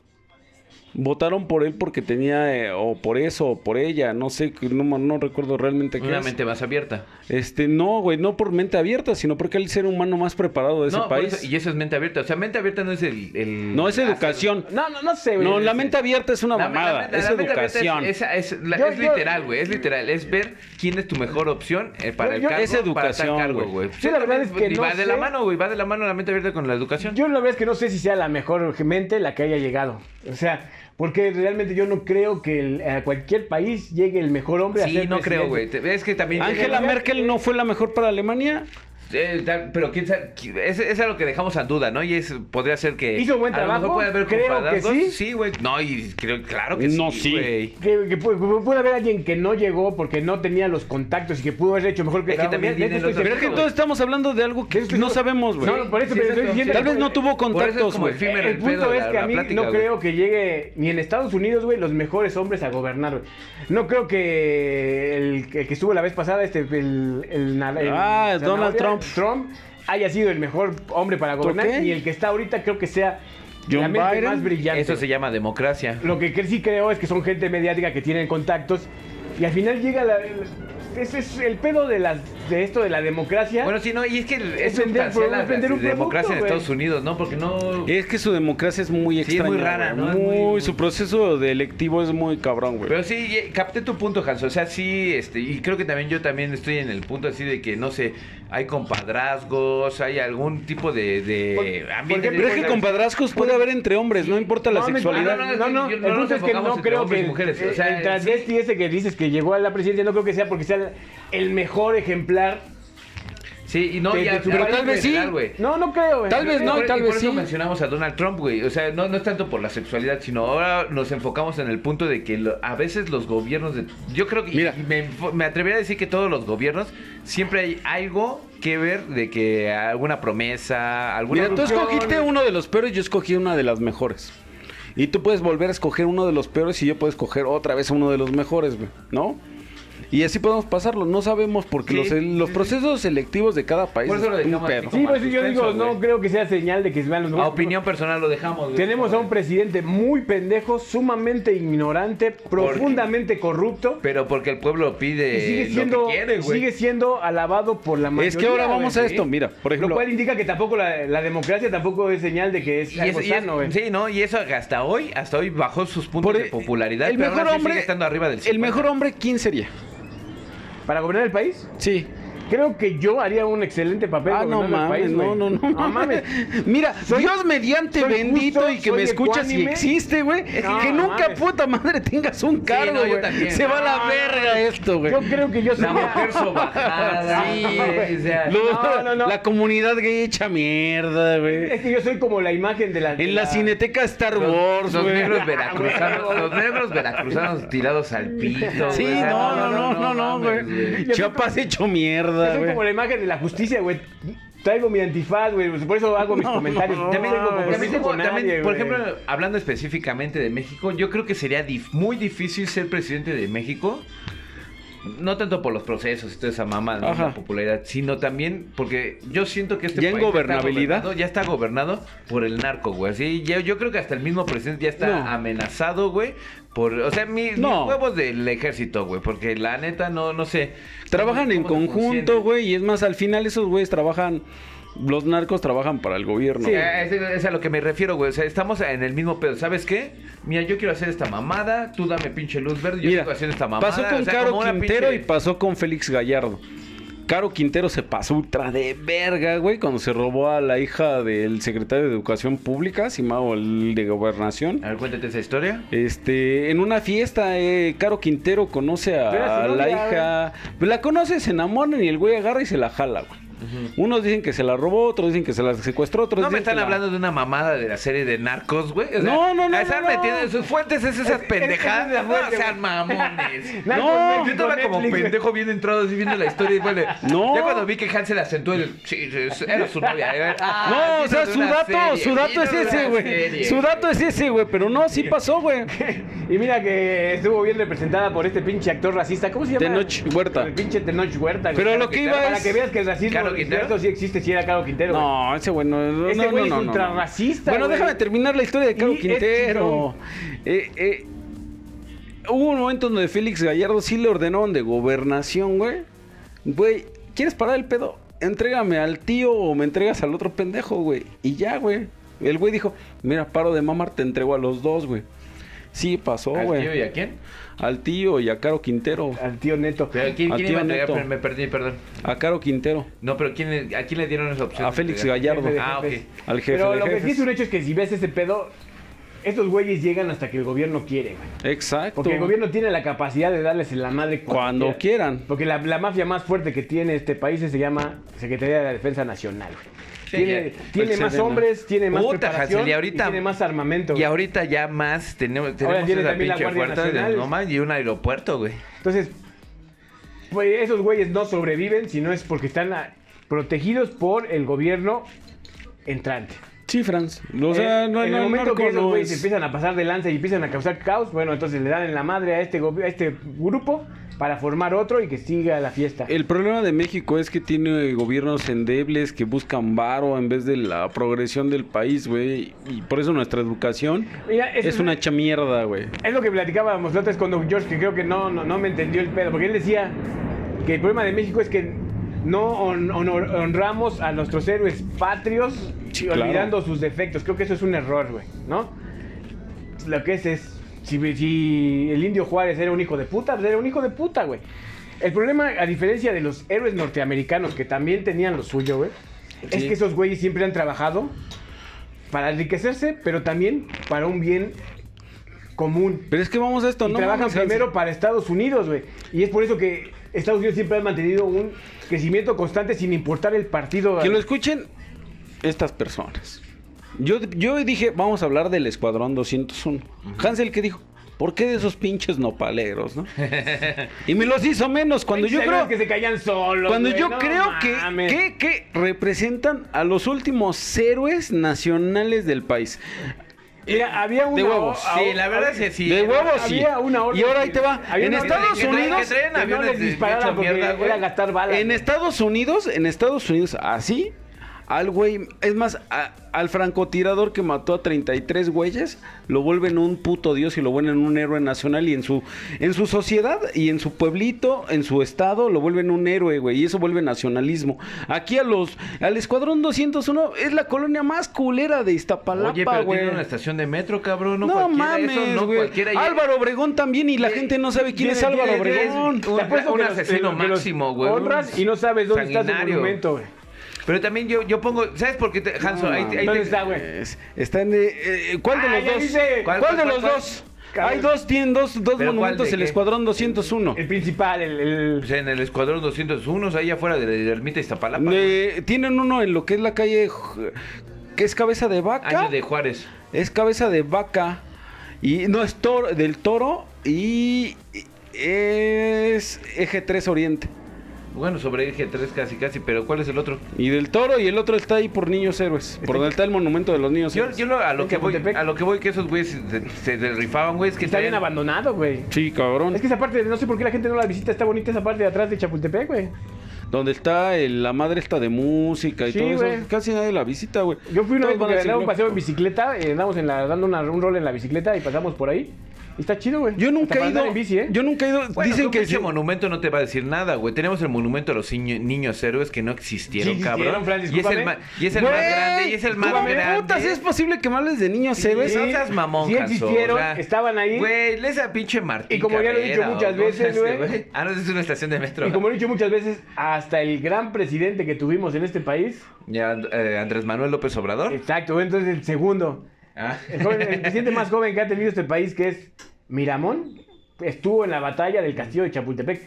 Votaron por él porque tenía, eh, o por eso, o por ella, no sé, no, no recuerdo realmente qué Una es. mente más abierta. Este, no, güey, no por mente abierta, sino porque el ser humano más preparado de ese No, por país. eso- y eso es mente abierta. O sea, mente abierta no es el. el- No, es educación. No, no, no sé, güey. No, la mente abierta es una La- la- mamada, la- la es mente abierta educación. Es, es- es- la- Yo- es yo- literal, güey. Es literal. Es ver quién es tu mejor opción eh, para Yo- el yo- cargo. Es educación, Para tal cargo, güey. güey. Sí, la verdad es que Y no va de la sé. mano, güey. Va de la mano la mente abierta con la educación. Yo la verdad es que no sé si sea la mejor mente la que haya llegado. O sea, porque realmente yo no creo que el- a cualquier país llegue el mejor hombre a ser sí, no creo, presidente. güey. Te- Es que también. Angela Yo- Merkel no fue la mejor para Alemania. Eh, da- pero quién sabe, qui- es, es algo que dejamos en duda, ¿no? Y es, podría ser que... ¿Hizo buen a lo mejor trabajo? puede haber Creo que compadrazgos. sí. Sí, güey. No, y creo, claro que No, sí. sí, güey. Que, que pu- pu- puede haber alguien que no llegó porque no tenía los contactos y que pudo haber hecho mejor que Es que Raúl. también De- de- viene de- el otro- Pero es que güey. entonces estamos hablando de algo que de- de- no sabemos, güey. No, no, por eso, Sí, pero estoy exacto, diciendo sí. Tal vez no tuvo Por eso es contactos, como güey. efímero Eh, El punto pedo, es la- que a la mí plática, no güey. creo que llegue ni en Estados Unidos, güey, los mejores hombres a gobernar, güey. No creo que el, el que estuvo la vez pasada, este, el, el na- el Ah, zanahoria, Donald Trump. haya sido el mejor hombre para gobernar Ok. y el que está ahorita creo que sea John la mente Biden. más brillante. Eso se llama democracia. Lo que cre- sí creo es que son gente mediática que tienen contactos y al final llega la... el- ese es el pedo de las de esto de la democracia. Bueno, sí, no, y es que es vender sustancial pro- la es vender un democracia en producto, Estados Unidos, ¿no? Porque no... Es que su democracia es muy Sí, es extraña. muy rara, güey. ¿no? Es Muy- muy- su proceso de electivo es muy cabrón, güey. Pero sí, ye- capté tu punto, Hanso. O sea, sí, este, y creo que también yo también estoy en el punto así de que, no sé, hay compadrazgos, hay algún tipo de, de Por- ambiente. por Pero es ejemplo, que compadrazgos puede haber entre hombres, no importa la No, me- sexualidad. No, no, no, no, Yo- el no nos punto es que enfocamos no entre creo hombres que y el, mujeres, eh, o sea, el sí. transvesti ese que dices que llegó a la presidencia, no creo que sea porque sea el mejor ejemplar. Sí, y no, de- ya- de su ya- país ya- tal vez sí. general, güey. No, no creo. güey. Tal vez no, Por- y tal y vez por eso sí. mencionamos a Donald Trump, güey. O sea, no, no es tanto por la sexualidad, sino ahora nos enfocamos en el punto de que lo- a veces los gobiernos de. Yo creo que. Mira. y Me, enfo- me atrevería a decir que todos los gobiernos siempre hay algo que ver de que alguna promesa, alguna. Mira, tú escogiste uno de los peores, yo escogí una de las mejores. Y tú puedes volver a escoger uno de los peores y yo puedo escoger otra vez uno de los mejores, güey, ¿no? Y así podemos pasarlo, no sabemos porque Sí, los, los procesos selectivos de cada país Por eso lo es un dejamos pedo. así. Sí, pues sí, yo Suspenso, digo, no güey. creo que sea señal de que sean los A mejores. opinión personal lo dejamos, güey. Tenemos a un presidente muy pendejo, sumamente ignorante, profundamente corrupto. Pero porque el pueblo Y pide sigue siendo, lo que quiere, güey. sigue siendo alabado por la mayoría. Es que ahora vamos a güey. esto, mira, por Lo ejemplo, cual indica que tampoco la, la democracia tampoco es señal de que es Y algo eso- y es- sano, güey. sí, ¿no? Y eso hasta hoy, hasta hoy bajó sus puntos por- e- de popularidad. el pero mejor aún así hombre sigue estando arriba del El 50. mejor hombre quién sería? Para gobernar el país, Sí. creo que yo haría un excelente papel. ah, no gobernando el mames, país, no, güey. no, no, No mames. Mira, Soy- Dios mediante soy bendito justo, y que me soy escuchas y ecuánime. existe, güey. No, que nunca mames. puta madre tengas un cargo, no, yo güey. también. Se va a la No, verga esto, güey. Yo creo que yo La sería... mujer sobajada. Sí, güey, o sea, Lo- No, no, no. La comunidad gay hecha mierda, güey. Es que yo soy como la imagen de la... de En la cineteca Star Wars, Los, los güey. negros veracruzanos, los negros veracruzanos tirados al pito. Sí, güey. no, no, no, no, no, güey. mames, Chiapas hecho mierda, Yo soy como güey. la imagen de la justicia, güey. Traigo mi antifaz, güey. pues, Por eso hago mis No, comentarios. no, También tengo no, compromiso También tengo- con también, nadie, por güey. ejemplo, hablando específicamente de México, yo creo que sería dif- muy difícil ser presidente de México. No tanto por los procesos y toda esa mamá, ¿no? Ajá. la popularidad, sino también porque yo siento que este Ya en está gobernabilidad. gobernado- ya está gobernado por el narco, güey. Sí, yo, yo creo que hasta el mismo presidente ya está No. amenazado, güey. Por, o sea, mi- No. mis huevos del ejército, güey. Porque la neta, no, no sé. Trabajan en ¿Cómo se consienten? conjunto, güey. Y es más, al final esos güeyes trabajan. Los narcos trabajan para el gobierno. Sí, Eh, es, es a lo que me refiero, güey. O sea, estamos en el mismo pedo. ¿Sabes qué? Mira, yo quiero hacer esta mamada. Tú dame pinche luz verde. Yo Mira, sigo haciendo esta mamada. pasó O con sea, Caro como una Quintero pinche- y pasó con Félix Gallardo. Caro Quintero se pasó ultra de verga, güey, cuando se robó a la hija del secretario de Educación Pública, si mal, o el de Gobernación. A ver, cuéntate esa historia. Este, en una fiesta, eh, Caro Quintero conoce Pero era a su la novia, hija. La conoce, se enamoran y el güey agarra y se la jala, güey. Unos dicen que se la robó, otros dicen que se la secuestró, otros No me dicen que están la- hablando de una mamada de la serie de narcos, güey. O sea, No, no, no, a Estar no, no. metiendo en sus fuentes es esas Es- pendejadas. es la fuente, no sean mamones. Narcos, No, Yo México, estaba como Netflix, pendejo bien entrado así viendo la historia y bueno, No. Ya cuando vi que Hansel acentuó el. Sí, sí, era su novia. Ah, No, o vino sea, de su una dato, serie, su dato vino es de una ese, güey. serie, Su dato es ese, güey, pero no, sí pasó, güey. Y mira que estuvo bien representada por este pinche actor racista. ¿Cómo se llama? Tenoch Huerta. El pinche Tenoch Huerta. güey. Pero Caro lo que Quintero. iba Para es- que veas que el racismo ¿Caro del Quintero? cierto sí existe, sí era Caro Quintero. güey. No, ese güey no, no, Ese no, güey no, es no, no, ultrarracista, Bueno, güey. déjame terminar la historia de Caro Y es Quintero. Eh, eh, hubo un momento donde Félix Gallardo sí le ordenaron de gobernación, güey. Güey, ¿quieres parar el pedo? Entrégame al tío o me entregas al otro pendejo, güey. Y ya, güey. El güey dijo, mira, paro de mamar, te entrego a los dos, güey. Sí, pasó, ¿Al güey. tío y a quién? Al tío y a Caro Quintero. Al tío Neto. Pero, ¿quién, A quién tío iba a entregar? Neto. Pero Me perdí, perdón. A Caro Quintero. No, pero ¿quién, le- ¿a quién le dieron esa opción? A Félix de entregar? Gallardo. Ah, ok. jefes. Al jefe Pero de lo que sí jefes. es un hecho es que si ves ese pedo, estos güeyes llegan hasta que el gobierno quiere, güey. Exacto. Porque el gobierno tiene la capacidad de darles en la madre Cuando quieran. Porque la, la mafia más fuerte que tiene este país se llama Secretaría de la Defensa Nacional. güey. Sí, tiene ya. tiene El más Sedena. hombres, tiene más Puta, preparación Hansel, y ahorita- tiene más armamento. Y güey. ahorita ya más tenemos, tenemos tiene esa también la pinche Guardia puerta de Nacional. Noma y un aeropuerto, güey. Entonces, pues esos güeyes no sobreviven si no es porque están ah, protegidos por el gobierno entrante. Sí, Franz. O sea, Eh, no, en no, el momento narco que esos no güeyes es- empiezan a pasar de lanza y empiezan a causar caos, bueno, entonces le dan en la madre a este, gobi- a este grupo para formar otro y que siga la fiesta. El problema de México es que tiene gobiernos endebles que buscan varo en vez de la progresión del país, güey. Y por eso nuestra educación Mira, es, eso una hecha mierda, güey. Es lo que platicábamos la otra vez con Don George, que creo que no, no, no me entendió el pedo, porque él decía que el problema de México es que no hon- honor- honramos a nuestros héroes patrios Sí, claro. olvidando sus defectos. Creo que eso es un error, güey, ¿no? Lo que es es, si, si el indio Juárez era un hijo de puta, pues era un hijo de puta, güey. El problema, a diferencia de los héroes norteamericanos que también tenían lo suyo, güey, es Sí. que esos güeyes siempre han trabajado para enriquecerse, pero también para un bien común. Pero es que vamos a esto, Y ¿no? trabajan mames, Hans. primero para Estados Unidos, güey. Y es por eso que Estados Unidos siempre ha mantenido un crecimiento constante sin importar el partido. Que lo escuchen estas personas. Yo, yo dije, vamos a hablar del Escuadrón 201. Hansel, ¿qué dijo? ¿Por qué de esos pinches nopaleros, no? y me los hizo menos cuando yo Pinches creo... que se callan solos. Cuando güey, yo no creo que, mames. que, que representan a los últimos héroes nacionales del país. Mira, había de una. huevos. a- Sí, la verdad es que sí. de huevos sí. Había una orden Y ahora ahí que- te va. había En una orden Estados que traen- Unidos... que traen que no aviones les de dispararan hecho porque mierda, güey. era gastar balas. En Estados Unidos, en Estados Unidos, así, al güey, es más, a- al francotirador que mató a 33 güeyes, lo vuelven un puto dios y lo vuelven un héroe nacional y en su, en su sociedad y en su pueblito, en su estado, lo vuelven un héroe, güey, y eso vuelve nacionalismo. Aquí a los, al Escuadrón 201 es la colonia más culera de Iztapalapa, Oye, pero güey. tiene una estación de metro, cabrón. No, No, cualquiera, mames, eso, no güey. cualquiera. llega. Álvaro Obregón también y la gente no sabe quién es tiene- Álvaro tiene- tiene- Obregón. Te Un- apuesto un que los- asesino que los máximo, güey, Honras un y no sabes dónde está su sanguinario. monumento, güey. Pero también yo, yo pongo, ¿sabes por qué? te- Hanson, ahí, ahí ¿Dónde te- está, güey? Es- está en. Pues, eh, eh, ¿Cuál de Ah, los ya dos? dice. ¿Cuál, ¿Cuál, de cuál, los cuál? dos? Hay dos, tienen dos, dos ¿Pero cuál monumentos, de el qué? Escuadrón 201. El principal, el. Pues el- en el escuadrón 201, ahí afuera de la de la ermita Iztapalapa. Eh, tienen uno en lo que es la calle. Ju- que es cabeza de vaca. Año de Juárez. Es cabeza de vaca. Y no es toro, del toro. Y. Es eje 3 Oriente. Bueno, sobre eje 3 casi casi, pero ¿cuál es el otro? Y del toro y el otro está ahí por Niños Héroes. Por donde está el monumento de los niños Este Yo, héroes. yo lo- a lo ¿Este que voy, Chapultepec. a lo que voy que esos güeyes se, se rifaban, güey, es que Está bien traían- abandonado, güey. Sí, cabrón. Es que esa parte, no sé por qué la gente no la visita, está bonita esa parte de atrás de Chapultepec, güey. Donde está el- la madre esta de música y Sí, todo eso. güey. Casi nadie la visita, güey. Yo fui una Todos vez van porque al daba un circo. paseo en bicicleta, eh, andamos en la, dando una- un rol en la bicicleta y pasamos por ahí. Y está chido, güey. Yo Hasta nunca para he ido. andar en bici, ¿eh? Yo nunca he ido. Bueno, dicen que ese sí. monumento no te va a decir nada, güey. Tenemos el monumento a los niño- niños héroes que no existieron, Sí existieron, cabrón. Fran, y es el discúlpame. más, y es el Güey, más grande, y es el más ¿cómo grande. putas es posible que me hables de niños héroes? no seas mamón, Sí Hanson, existieron, o sea, estaban ahí. Güey, lee esa pinche Martín. Y como ya lo he dicho Carrera, muchas o no veces, sé, güey. Ah, no, es una estación de metro. Y como he dicho muchas veces, hasta el gran presidente que tuvimos en este país. Ya, eh, Andrés Manuel López Obrador. Exacto, güey, entonces el segundo. Ah. El, joven- el presidente más joven que ha tenido este país, que es Miramón, estuvo en la batalla del castillo de Chapultepec.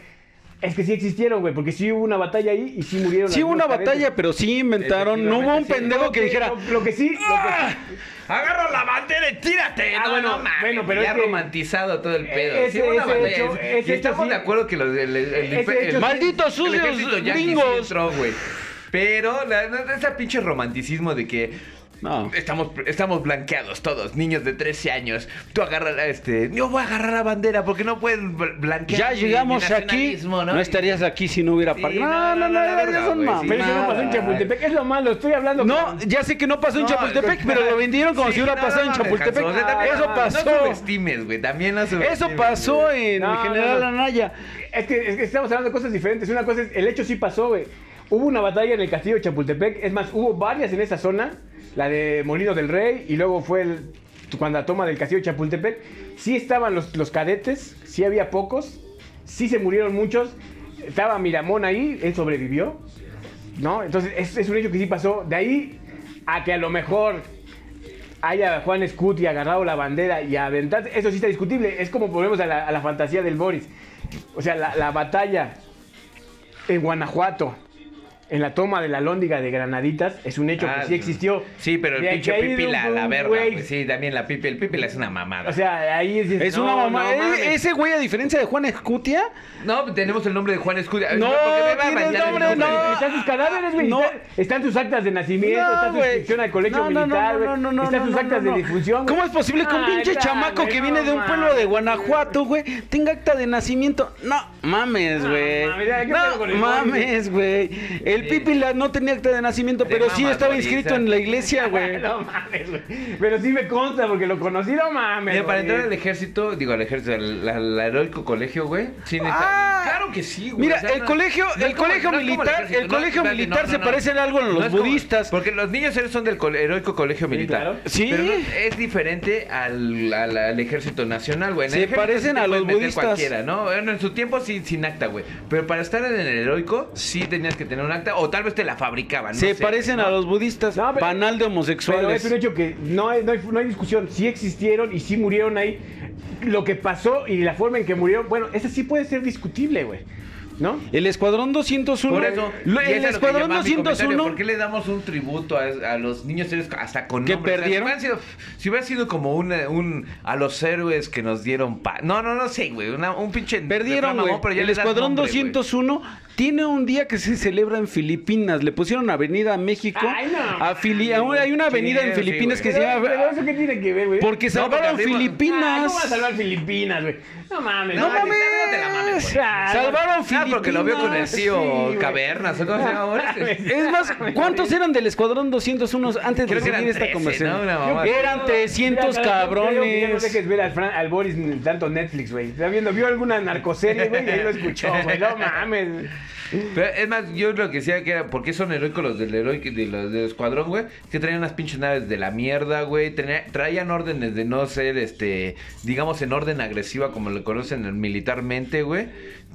Es que sí existieron, güey, porque sí hubo una batalla ahí y sí murieron. Sí, hubo algunos una cadetes. batalla, pero sí inventaron. No hubo un Efectivamente, sí. pendejo que dijera. Lo, lo que sí, lo que- Agarra la bandera y tírate. Ah, no, bueno, no mames, bueno, pero ya es que- romantizado todo el Eh, pedo. ese- Sí, una ese batalla, hecho- es- ese y hecho estamos sí. de acuerdo que los- el, el- el- Ese el- hecho- Malditos el sucios ejército yanqui sí gringos. entró, güey. Pero la, la- esa pinche romanticismo de que No. estamos, estamos blanqueados todos, niños de 13 años. Tú agarras la- este, yo voy a agarrar la bandera porque no pueden bl- blanquear. Ya mi- mi llegamos aquí. nacionalismo, No, ¿no? estarías aquí si no hubiera Sí, parque. no, No, no, no, no, la ya verga, son güey, sí, mamadas. Pero eso no pasó en Chapultepec, es lo malo, estoy hablando. con- No, ya sé que no pasó en No, Chapultepec, pero lo vendieron como Sí, si hubiera no, pasado no en mames, Chapultepec. Hanson, o sea, también Eso no- pasó. No subestimes, güey. También no subestimes, Eso pasó güey. en No, no, General no. Anaya. Es que, es que estamos hablando de cosas diferentes. Una cosa es, el hecho sí pasó, güey. Hubo una batalla en el castillo de Chapultepec. Es más, hubo varias en esa zona. La de Molino del Rey y luego fue el, cuando la toma del castillo de Chapultepec. Sí estaban los, los cadetes, sí había pocos. Sí se murieron muchos. Estaba Miramón ahí, él sobrevivió. ¿No? Entonces, es, es un hecho que sí pasó. De ahí a que a lo mejor haya Juan Scuti agarrado la bandera y aventarse, eso sí está discutible. Es como volvemos a la, a la fantasía del Boris. O sea, la, la batalla en Guanajuato, en la toma de la lóndiga de Granaditas, es un hecho Ah, que sí existió. Sí, pero el De pinche que ahí Pipi la, un- la un verga, güey- güey. Sí, también la Pipi. El Pipi la es una mamada. O sea, ahí es... Es no, una mamá. no E- mames. ese güey, a diferencia de Juan Escutia, no, tenemos el nombre de Juan Escudia. No, porque me va a tiene bañar el nombre, no. güey. Están sus cadáveres, güey. No. Están, están sus actas de nacimiento, No, está su güey. inscripción al colegio No, no, no, militar, no, güey. no, no, no, están sus no, no, actas no. de difusión. Ah, ¿Cómo es posible que un Ay, pinche ya, chamaco güey, que no viene de un mames. pueblo de Guanajuato, güey, tenga acta de nacimiento? No mames, güey. mames, ya, ¿qué pedo No con el mames, güey. El El Pípila no tenía acta de nacimiento, De pero sí estaba mamadoriza. inscrito en la iglesia, güey. No mames, güey. Pero sí me consta porque lo conocí, no mames. Mira, para güey. entrar al ejército, digo al ejército, al, al- al heroico colegio, güey. sí necesitas- Ah. claro que sí, güey. Mira, O sea, el no- colegio, no el es como- colegio no es como militar, ejército, el no, colegio espérate, militar no, se no, no. parece en algo en No los es como- budistas. porque los niños héroes son del col- heroico colegio militar. claro. Sí. Pero no- es diferente al, al- al ejército nacional, güey. En Se el ejército parecen te a puedes los meter budistas. Cualquiera, ¿no? Bueno, en su tiempo sí, sin acta, güey. Pero para estar en el heroico sí tenías que tener un acta o tal vez te la fabricaban. Ah, no se sé, parecen ¿no? a los budistas, No, pero- banal de Pero es homosexuales. un hecho que no hay, no, hay, no hay discusión. Sí existieron y sí murieron ahí. Lo que pasó y la forma en que murieron, bueno, esa sí puede ser discutible, güey. ¿No? El Escuadrón 201. Por eso, lo- y eso es el lo que Escuadrón llamaba mi comentario, 201. ¿Por qué le damos un tributo a, a los niños héroes hasta con ¿Que nombres? O sea, perdieron? Si hubiera, sido, si hubiera sido como un, eh, un- a los héroes que nos dieron paz. No, no, no sé, güey. una- Un pinche. Perdieron, reclamo, güey. pero ya El le das Escuadrón nombre, güey. 201 tiene un día que se celebra en Filipinas. Le pusieron Avenida México. Ay, no. a Fili- aún hay una avenida Sí, en sí, Filipinas güey. que se llama... Pero eso qué tiene que ver, güey. ah, Porque salvaron arriba- Ah, Filipinas. ¿Cómo va a salvar Filipinas, güey? No mames. No mames. no te la mames, güey. Claro. Salvaron Ah, Filipinas. porque lo vio con el tío Sí, güey. Cavernas. ¿o ¿Cómo se llama ahora? Es más, ¿cuántos eran del Escuadrón 201 antes de Creo que seguir eran esta 13, conversación? ¿no? Una mamá. Eran 300 Mira, carajo, creo que Ya no cabrones. dejes ver al, Fran- al Boris ni tanto Netflix, güey. Está viendo, vio alguna narcoserie, güey, y ahí lo escuchó, güey. No mames. Pero es más, yo lo que decía que era, ¿por qué son heroicos los del heroico de los del escuadrón, güey? Es que traían unas pinches naves de la mierda, güey. tenía- traían órdenes de no ser, este, digamos, en orden agresiva como lo conocen militarmente, güey.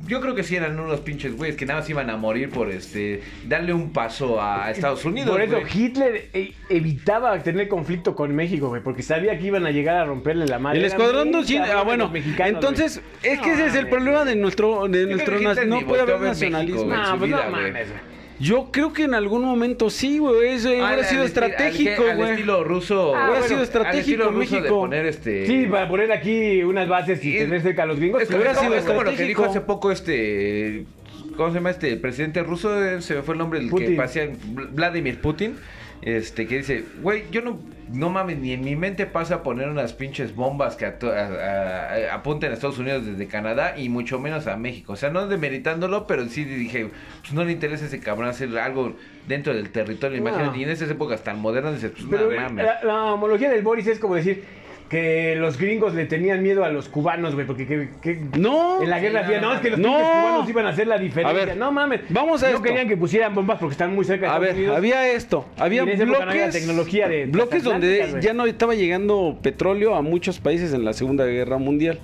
Yo creo que sí eran unos pinches güeyes que nada más iban a morir por, este, darle un paso a Estados Unidos, Por eso güey. Hitler eh, evitaba tener conflicto con México, güey, porque sabía que iban a llegar a romperle la madre. El Era escuadrón muy 200. Ah, cabrón bueno, los mexicanos, entonces güey. es que ese es el No, problema de nuestro, de creo nuestro que na- Hitler no ni puede volteó haber a ver México, nacionalismo. güey. en No, su pues no vida, güey. mames, güey. Yo creo que en algún momento sí, güey. Eso Ah, hubiera al sido esti- al estratégico, que- al güey. estilo ruso. Ah, al Hubiera bueno, sido estilo al estratégico ruso de México. poner este. Sí, para poner aquí unas bases y, Y- tener cerca a los gringos. Es, pero como- hubiera es como, sido es como lo que estratégico. dijo hace poco este. ¿Cómo se llama este? El presidente ruso, eh, se me fue el nombre, el que Putin. pasea Vladimir Putin. Este, que dice, güey, yo no, no mames, ni en mi mente pasa poner unas pinches bombas que ato- a- a- a- apunten a Estados Unidos desde Canadá y mucho menos a México. O sea, no demeritándolo, pero sí dije, pues no le interesa a ese cabrón hacer algo dentro del territorio, No. imagínate. Y en esas épocas tan modernas, dices, pues Pero eh, no mames. la, la homología del Boris es como decir que los gringos le tenían miedo a los cubanos, güey, porque que, que- No. en la Guerra Sí, Fría, no, no, es que los no. pinches cubanos iban a hacer la diferencia. A ver, no mames. vamos a No esto. querían que pusieran bombas porque están muy cerca de A Estados ver, Unidos. había esto, había en esa época no había bloques, tecnología de bloques transatlánticas, donde güey. ya no estaba llegando petróleo a muchos países en la Segunda Guerra Mundial.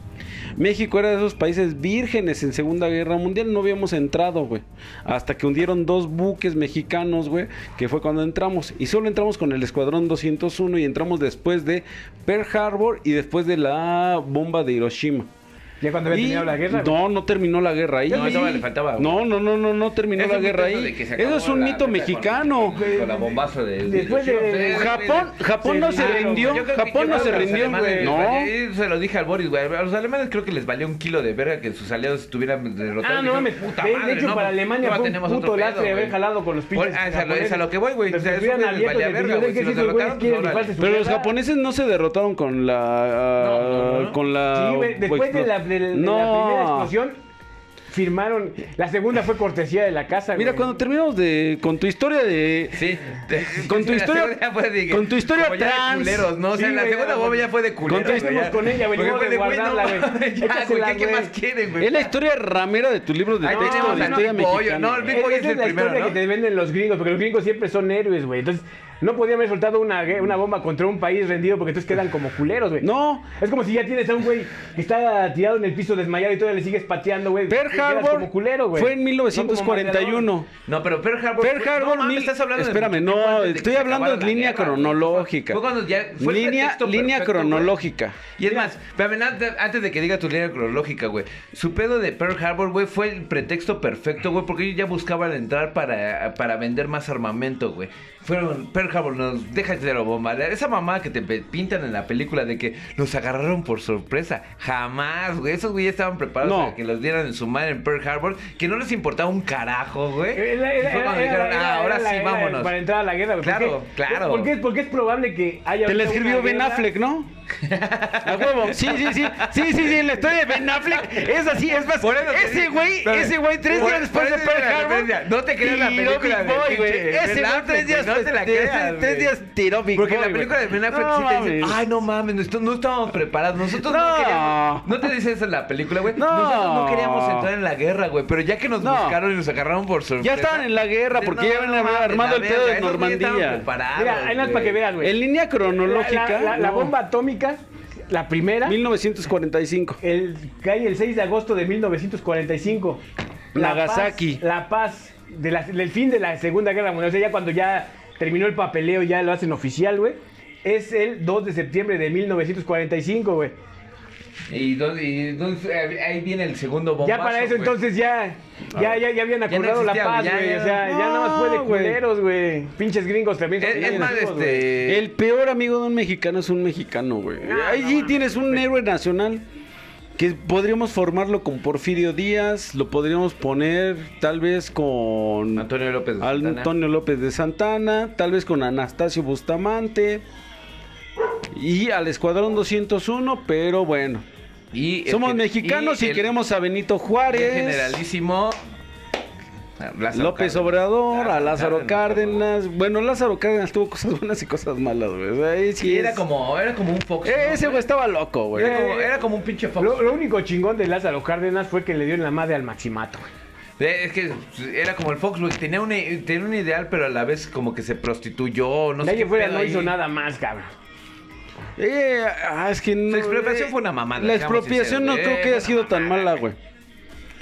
México era de esos países vírgenes en Segunda Guerra Mundial, no habíamos entrado, güey. Hasta que hundieron dos buques mexicanos, güey, que fue cuando entramos. Y solo entramos con el Escuadrón 201 y entramos después de Pearl Harbor y después de la bomba de Hiroshima. Ya cuando había Y- terminado la guerra. güey. No, no terminó la guerra ahí. No, todavía le faltaba, güey. No, no, no, no, no terminó Ese la mito guerra eso de ahí. que se Eso acabó es un la mito guerra con- mexicano. Con, la bombazo de, Después de- Hiroshima. Japón, Japón no se rindieron, rindió, Yo creo que- yo Japón no creo se que a los rindió, alemanes güey. les No. valía- y se lo dije al Boris, güey. A los alemanes creo que les valió un kilo de verga que sus aliados estuvieran derrotados. Ah, no Dijeron, mames. puta de, madre, de hecho, no, para pues, Alemania no fue tenemos un otro puto pedo, lastre haber güey. jalado con los pinches. Bueno, ah, es a lo- es a lo que voy, güey. O sea, esos Estuvieran güeyes les abiertos valía de verga, videos güey. de que Si los esos güeyes derrotaron, quieren pues, órale. rifarse su Pero los guerra. japoneses no se derrotaron con la ah, No, no, no. con la Sí, güey, después de la, de la- de No. la primera explosión, firmaron. La segunda fue cortesía de la casa. Mira, güey. cuando terminamos de con tu historia de Sí, Con tu La historia- segunda fue de que- con tu historia como ya de trans. culeros, ¿no? O sea, Sí, la güey, segunda ya, bomba güey. ya fue de culeros. Con- estuvimos ya. con ella, güey, Porque ni modo fue de güey, no guardarla, güey. mames, Ya, Échasela, güey, ¿qué- ¿qué güey. más quieren, güey? es la historia ramera de tu libro de Ahí texto tenemos de a historia Big Boy, mexicana. no, el Big E-, Esa Boy es, es el la primero, historia ¿no? que te venden los gringos, porque los gringos siempre son héroes, güey. Entonces, no podían haber soltado una, gue- una bomba contra un país rendido porque entonces quedan como culeros, güey. No, Es como si ya tienes a un güey que está tirado en el piso desmayado y todavía le sigues pateando, güey. Pearl Quedas Harbor como culero, güey. fue en No 1941. No, pero Pearl Harbor. Pearl fue- Harbor, no, mames, mil- estás hablando de espérame, mucho tiempo no, antes de estoy que se hablando acabara de la línea guerra, güey. cronológica. Fue cuando ya fue el Línea, pretexto línea perfecto, güey. cronológica. Y es más, espérame, na- na- antes de que diga tu línea cronológica, güey. Su pedo de Pearl Harbor, güey, fue el pretexto perfecto, güey, porque ellos ya buscaban entrar para, para vender más armamento, güey. Fueron, Pearl Harbor, nos dejas de lo bombardear. Esa mamá que te pe- pintan en la película de que los agarraron por sorpresa. Jamás, güey. Esos güeyes estaban preparados No. para que los dieran en su madre en Pearl Harbor, que no les importaba un carajo, güey. Era- era- Y fue era- cuando era- dijeron, era- ah, ahora era- sí, era vámonos. Para entrar a la guerra, güey. ¿Por Claro, qué? claro. Porque, porque es probable que haya. Te la ahorita escribió una Ben guerra- Affleck, ¿no? A huevo. Sí, sí, sí. Sí, sí, sí. La historia de Ben Affleck es así. Es más, Por eso te ese digo, güey, no, ese güey, tres por- días después por eso de te digo Pearl la Harbor. referencia. No te creas la tiró película Big de Boy, güey. pinche Ben Ese güey, Affleck, tres días güey, no te la después- creas, Tres güey. días tiró Big Porque Boy, la güey. película de Ben Affleck No sí te dicen, mames. ay, no mames, no, esto- no estábamos preparados. Nosotros no, No. queríamos. No te dices en la película, güey. No. Nosotros no queríamos entrar en la guerra, güey. Pero ya que nos No. buscaron y nos agarraron por sorpresa. Ya estaban en la guerra porque ya habían armado el pedo de Normandía. Mira, ahí más para que veas, güey. En línea cronológica. La, la- la no. bomba atómica, la primera, 1945. el, cae el 6 de agosto de 1945. Nagasaki. Paz, la paz de la- del fin de la Segunda Guerra Mundial. O sea, ya cuando ya terminó el papeleo, ya lo hacen oficial, güey. Es el 2 de septiembre de 1945, güey. Y, dónde- y dónde- eh, ahí viene el segundo bombazo. Ya para eso güey. entonces ya, ya, ya, ya Ya habían no acordado existía, la paz, güey, ya, güey. ya. O sea, ya nada más fue de No, güey. culeros, güey. Pinches gringos también. Es, es también más, nacimos, güey. este. El peor amigo de un mexicano es un mexicano, güey. Ah, No, Ahí no sí mames, tienes un güey. héroe nacional que podríamos formarlo con Porfirio Díaz, lo podríamos poner tal vez con Antonio López. de Santana. Antonio López de Santana, tal vez con Anastasio Bustamante y al Escuadrón 201, pero bueno. Y el Somos que- mexicanos y, el- queremos a Benito Juárez. el Generalísimo. eh, Lázaro López Cárdenas. Obrador, a Lázaro Cárdenas. por Bueno, Lázaro Cárdenas tuvo cosas buenas y cosas malas, güey. O sea, ahí favor. sí Sí, era es- como, era como un Fox. Eh, ¿no, Ese güey estaba loco, güey. Era como, era como un pinche Fox. Lo, lo único chingón de Lázaro Cárdenas fue que le dio en la madre al Maximato, güey. Eh, Es que era como el Fox, güey. Tenía un, tenía un ideal, pero a la vez como que se prostituyó. No sé Nadie qué fuera pedo no ahí. hizo nada más, cabrón. Eh, ah, es que no- expropiación fue una mamada, La seamos expropiación no sinceros, creo eh, que fue haya una sido tan mamada, mala, güey. güey.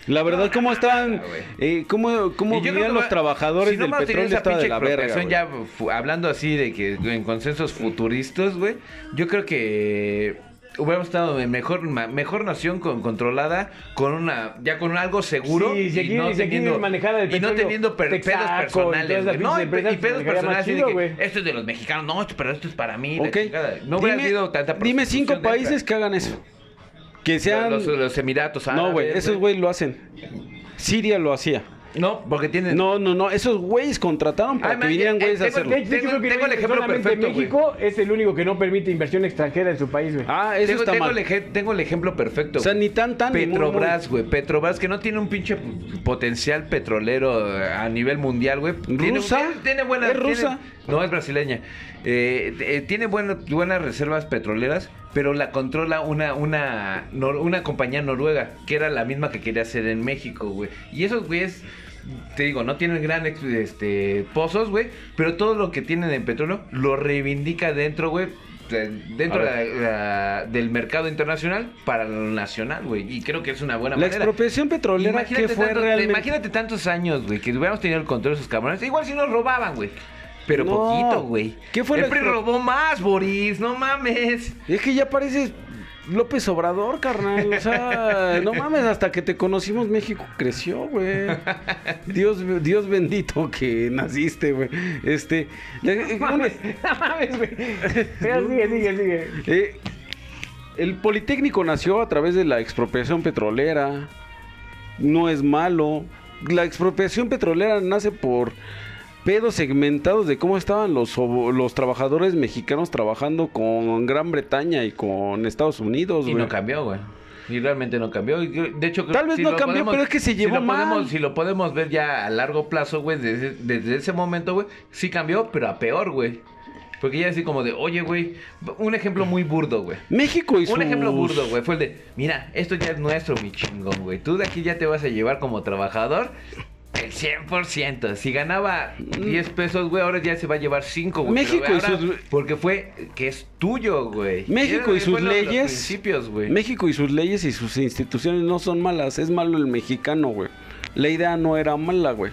La verdad, ¿cómo estaban? güey. eh, ¿Cómo, Y cómo yo creo vivían que los va- trabajadores si no del hubieras tenido petróleo? esa Estaba de pinche la verga, expropiación, güey. ya fu- hablando así de que en consensos futuristas, güey, yo creo que hubiéramos estado en mejor ma- mejor nación con, controlada con una ya con algo seguro Sí, si aquí- y no si aquí teniendo manejara el y no petróleo, teniendo per- Texaco pedos y personales, todas las güey. no, y, pinches pe- y empresas pedos manejaría más personales así de chido, que güey. esto es de los mexicanos, no, esto- pero esto es para mí, la Ok. chingada. no hubiera habido tanta dime cinco prostitución países que hagan eso. Que dentro. sean... los, los Emiratos no, Árabes, güey, esos güey lo hacen. Siria lo hacía. No, porque tienen No, no, no, esos güeyes contrataron para Ay, que man, vinieran eh, güeyes a tengo- hacerlo. De hecho, Tengo- yo creo que tengo el ejemplo solamente perfecto, güey. México es el único que no permite inversión extranjera en su país, güey. Ah, eso tengo, está tengo mal. el eje- tengo el ejemplo perfecto. O sea, güey. ni tan, tan, ni muy, Petrobras, güey. Petrobras que no tiene un pinche potencial petrolero eh, a nivel mundial, güey. Tiene- ¿Rusa? Tiene, tiene buenas. ¿Es rusa? tiene- no, es brasileña. Eh, eh, tiene buenas, buenas reservas petroleras, pero la controla una, una, nor- una compañía noruega, que era la misma que quería hacer en México, güey. Y esos güeyes. Te digo, no tienen gran ex- este, pozos, güey, pero todo lo que tienen en petróleo lo reivindica dentro, güey, de- dentro A de la- ver. la- del mercado internacional para lo nacional, güey. Y creo que es una buena La manera. expropiación petrolera Imagínate, que fue tanto- realmente. imagínate tantos años, güey, que hubiéramos tenido el control de esos cabrones. Igual si nos robaban, güey. Pero No. poquito, güey. ¿Qué fue El la PRI expro- robó más, Boris. No mames. Es que ya pareces López Obrador, carnal. O sea, no mames, hasta que te conocimos México creció, güey. Dios, Dios bendito que naciste, güey. Este, le- No mames, no mames, güey. Mira, sigue, sigue, sigue. eh, el Politécnico nació a través de la expropiación petrolera. No es malo. La expropiación petrolera nace por pedos segmentados de cómo estaban los, obo- los trabajadores mexicanos trabajando con Gran Bretaña y con Estados Unidos, Y Pues, güey. no cambió, güey. Y realmente no cambió. Y creo- De hecho, creo Tal que vez no lo cambió, pero es que se llevó si lo Podemos, mal. si lo podemos ver ya a largo plazo, güey, desde, desde ese momento, güey, sí cambió, pero a peor, güey. Porque ya así como de, oye, güey, un ejemplo muy burdo, güey. México y Un ejemplo sus- burdo, güey, fue el de, mira, esto ya es nuestro, mi chingón, güey. Tú de aquí ya te vas a llevar como trabajador el 100%. Si ganaba 10 pesos, güey, ahora ya se va a llevar 5, güey. Mm. México Pero y ahora- sus- Porque fue que es tuyo, güey. México y Era- sus fue lo de los leyes. principios, güey. México y sus leyes y sus instituciones no son malas, es malo el mexicano, güey. La idea no era mala, güey.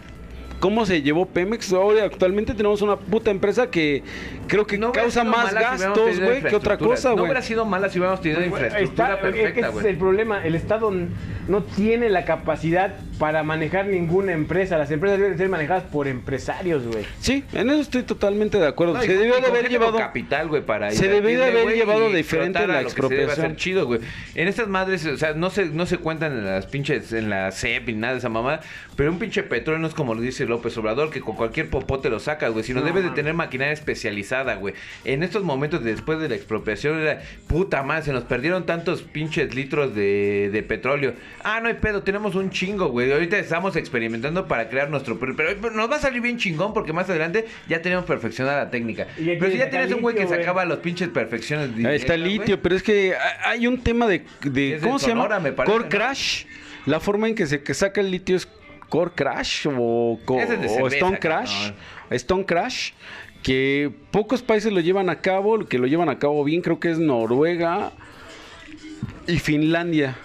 ¿Cómo se llevó Pemex? Ahora actualmente tenemos una puta empresa que creo que No hubiera causa sido más mala si hubiéramos gastos, tenido güey, que otra infraestructura. cosa, No güey. hubiera sido mala si hubiéramos tenido infraestructura Está- es que este perfecta, ese es güey. el problema. El Estado n- no tiene la capacidad para manejar ninguna empresa. Las empresas deben ser manejadas por empresarios, güey. Sí, en eso estoy totalmente de acuerdo. No, y se con- y debió de con haber gente llevado con capital, güey, para se debió de invertirle, haber güey, llevado y diferente explotar la a lo que se debe hacer expropiación. chido, güey. En estas madres, o sea, no se, no se cuentan en las pinches, en la CEP y nada de esa mamada, pero un pinche petróleo no es como lo dice Ignacio López Obrador que con cualquier popote lo saca, güey, sino No, debe de mames. tener maquinaria especializada, güey. En estos momentos de- después de la expropiación era, puta madre, se nos perdieron tantos pinches litros de, de petróleo. Ah, no hay pedo, tenemos un chingo, güey. Ahorita estamos experimentando para crear nuestro... pr- Pero, pero nos va a salir bien chingón porque más adelante ya tenemos perfeccionada la técnica. Y aquí Pero si ya saca tenías un güey que litio, güey. sacaba los pinches perfecciones... Ahí está directas, el güey. litio, pero es que ha- hay un tema de. de Es de ¿Cómo se Sonora, llama? me parece, core ¿no? crash. La forma en que se que saca el litio es core crash o, co- Ese es de o cerveza, stone crash. cabrón. Stone crash. Que pocos países lo llevan a cabo, que lo llevan a cabo bien, creo que es Noruega y Finlandia.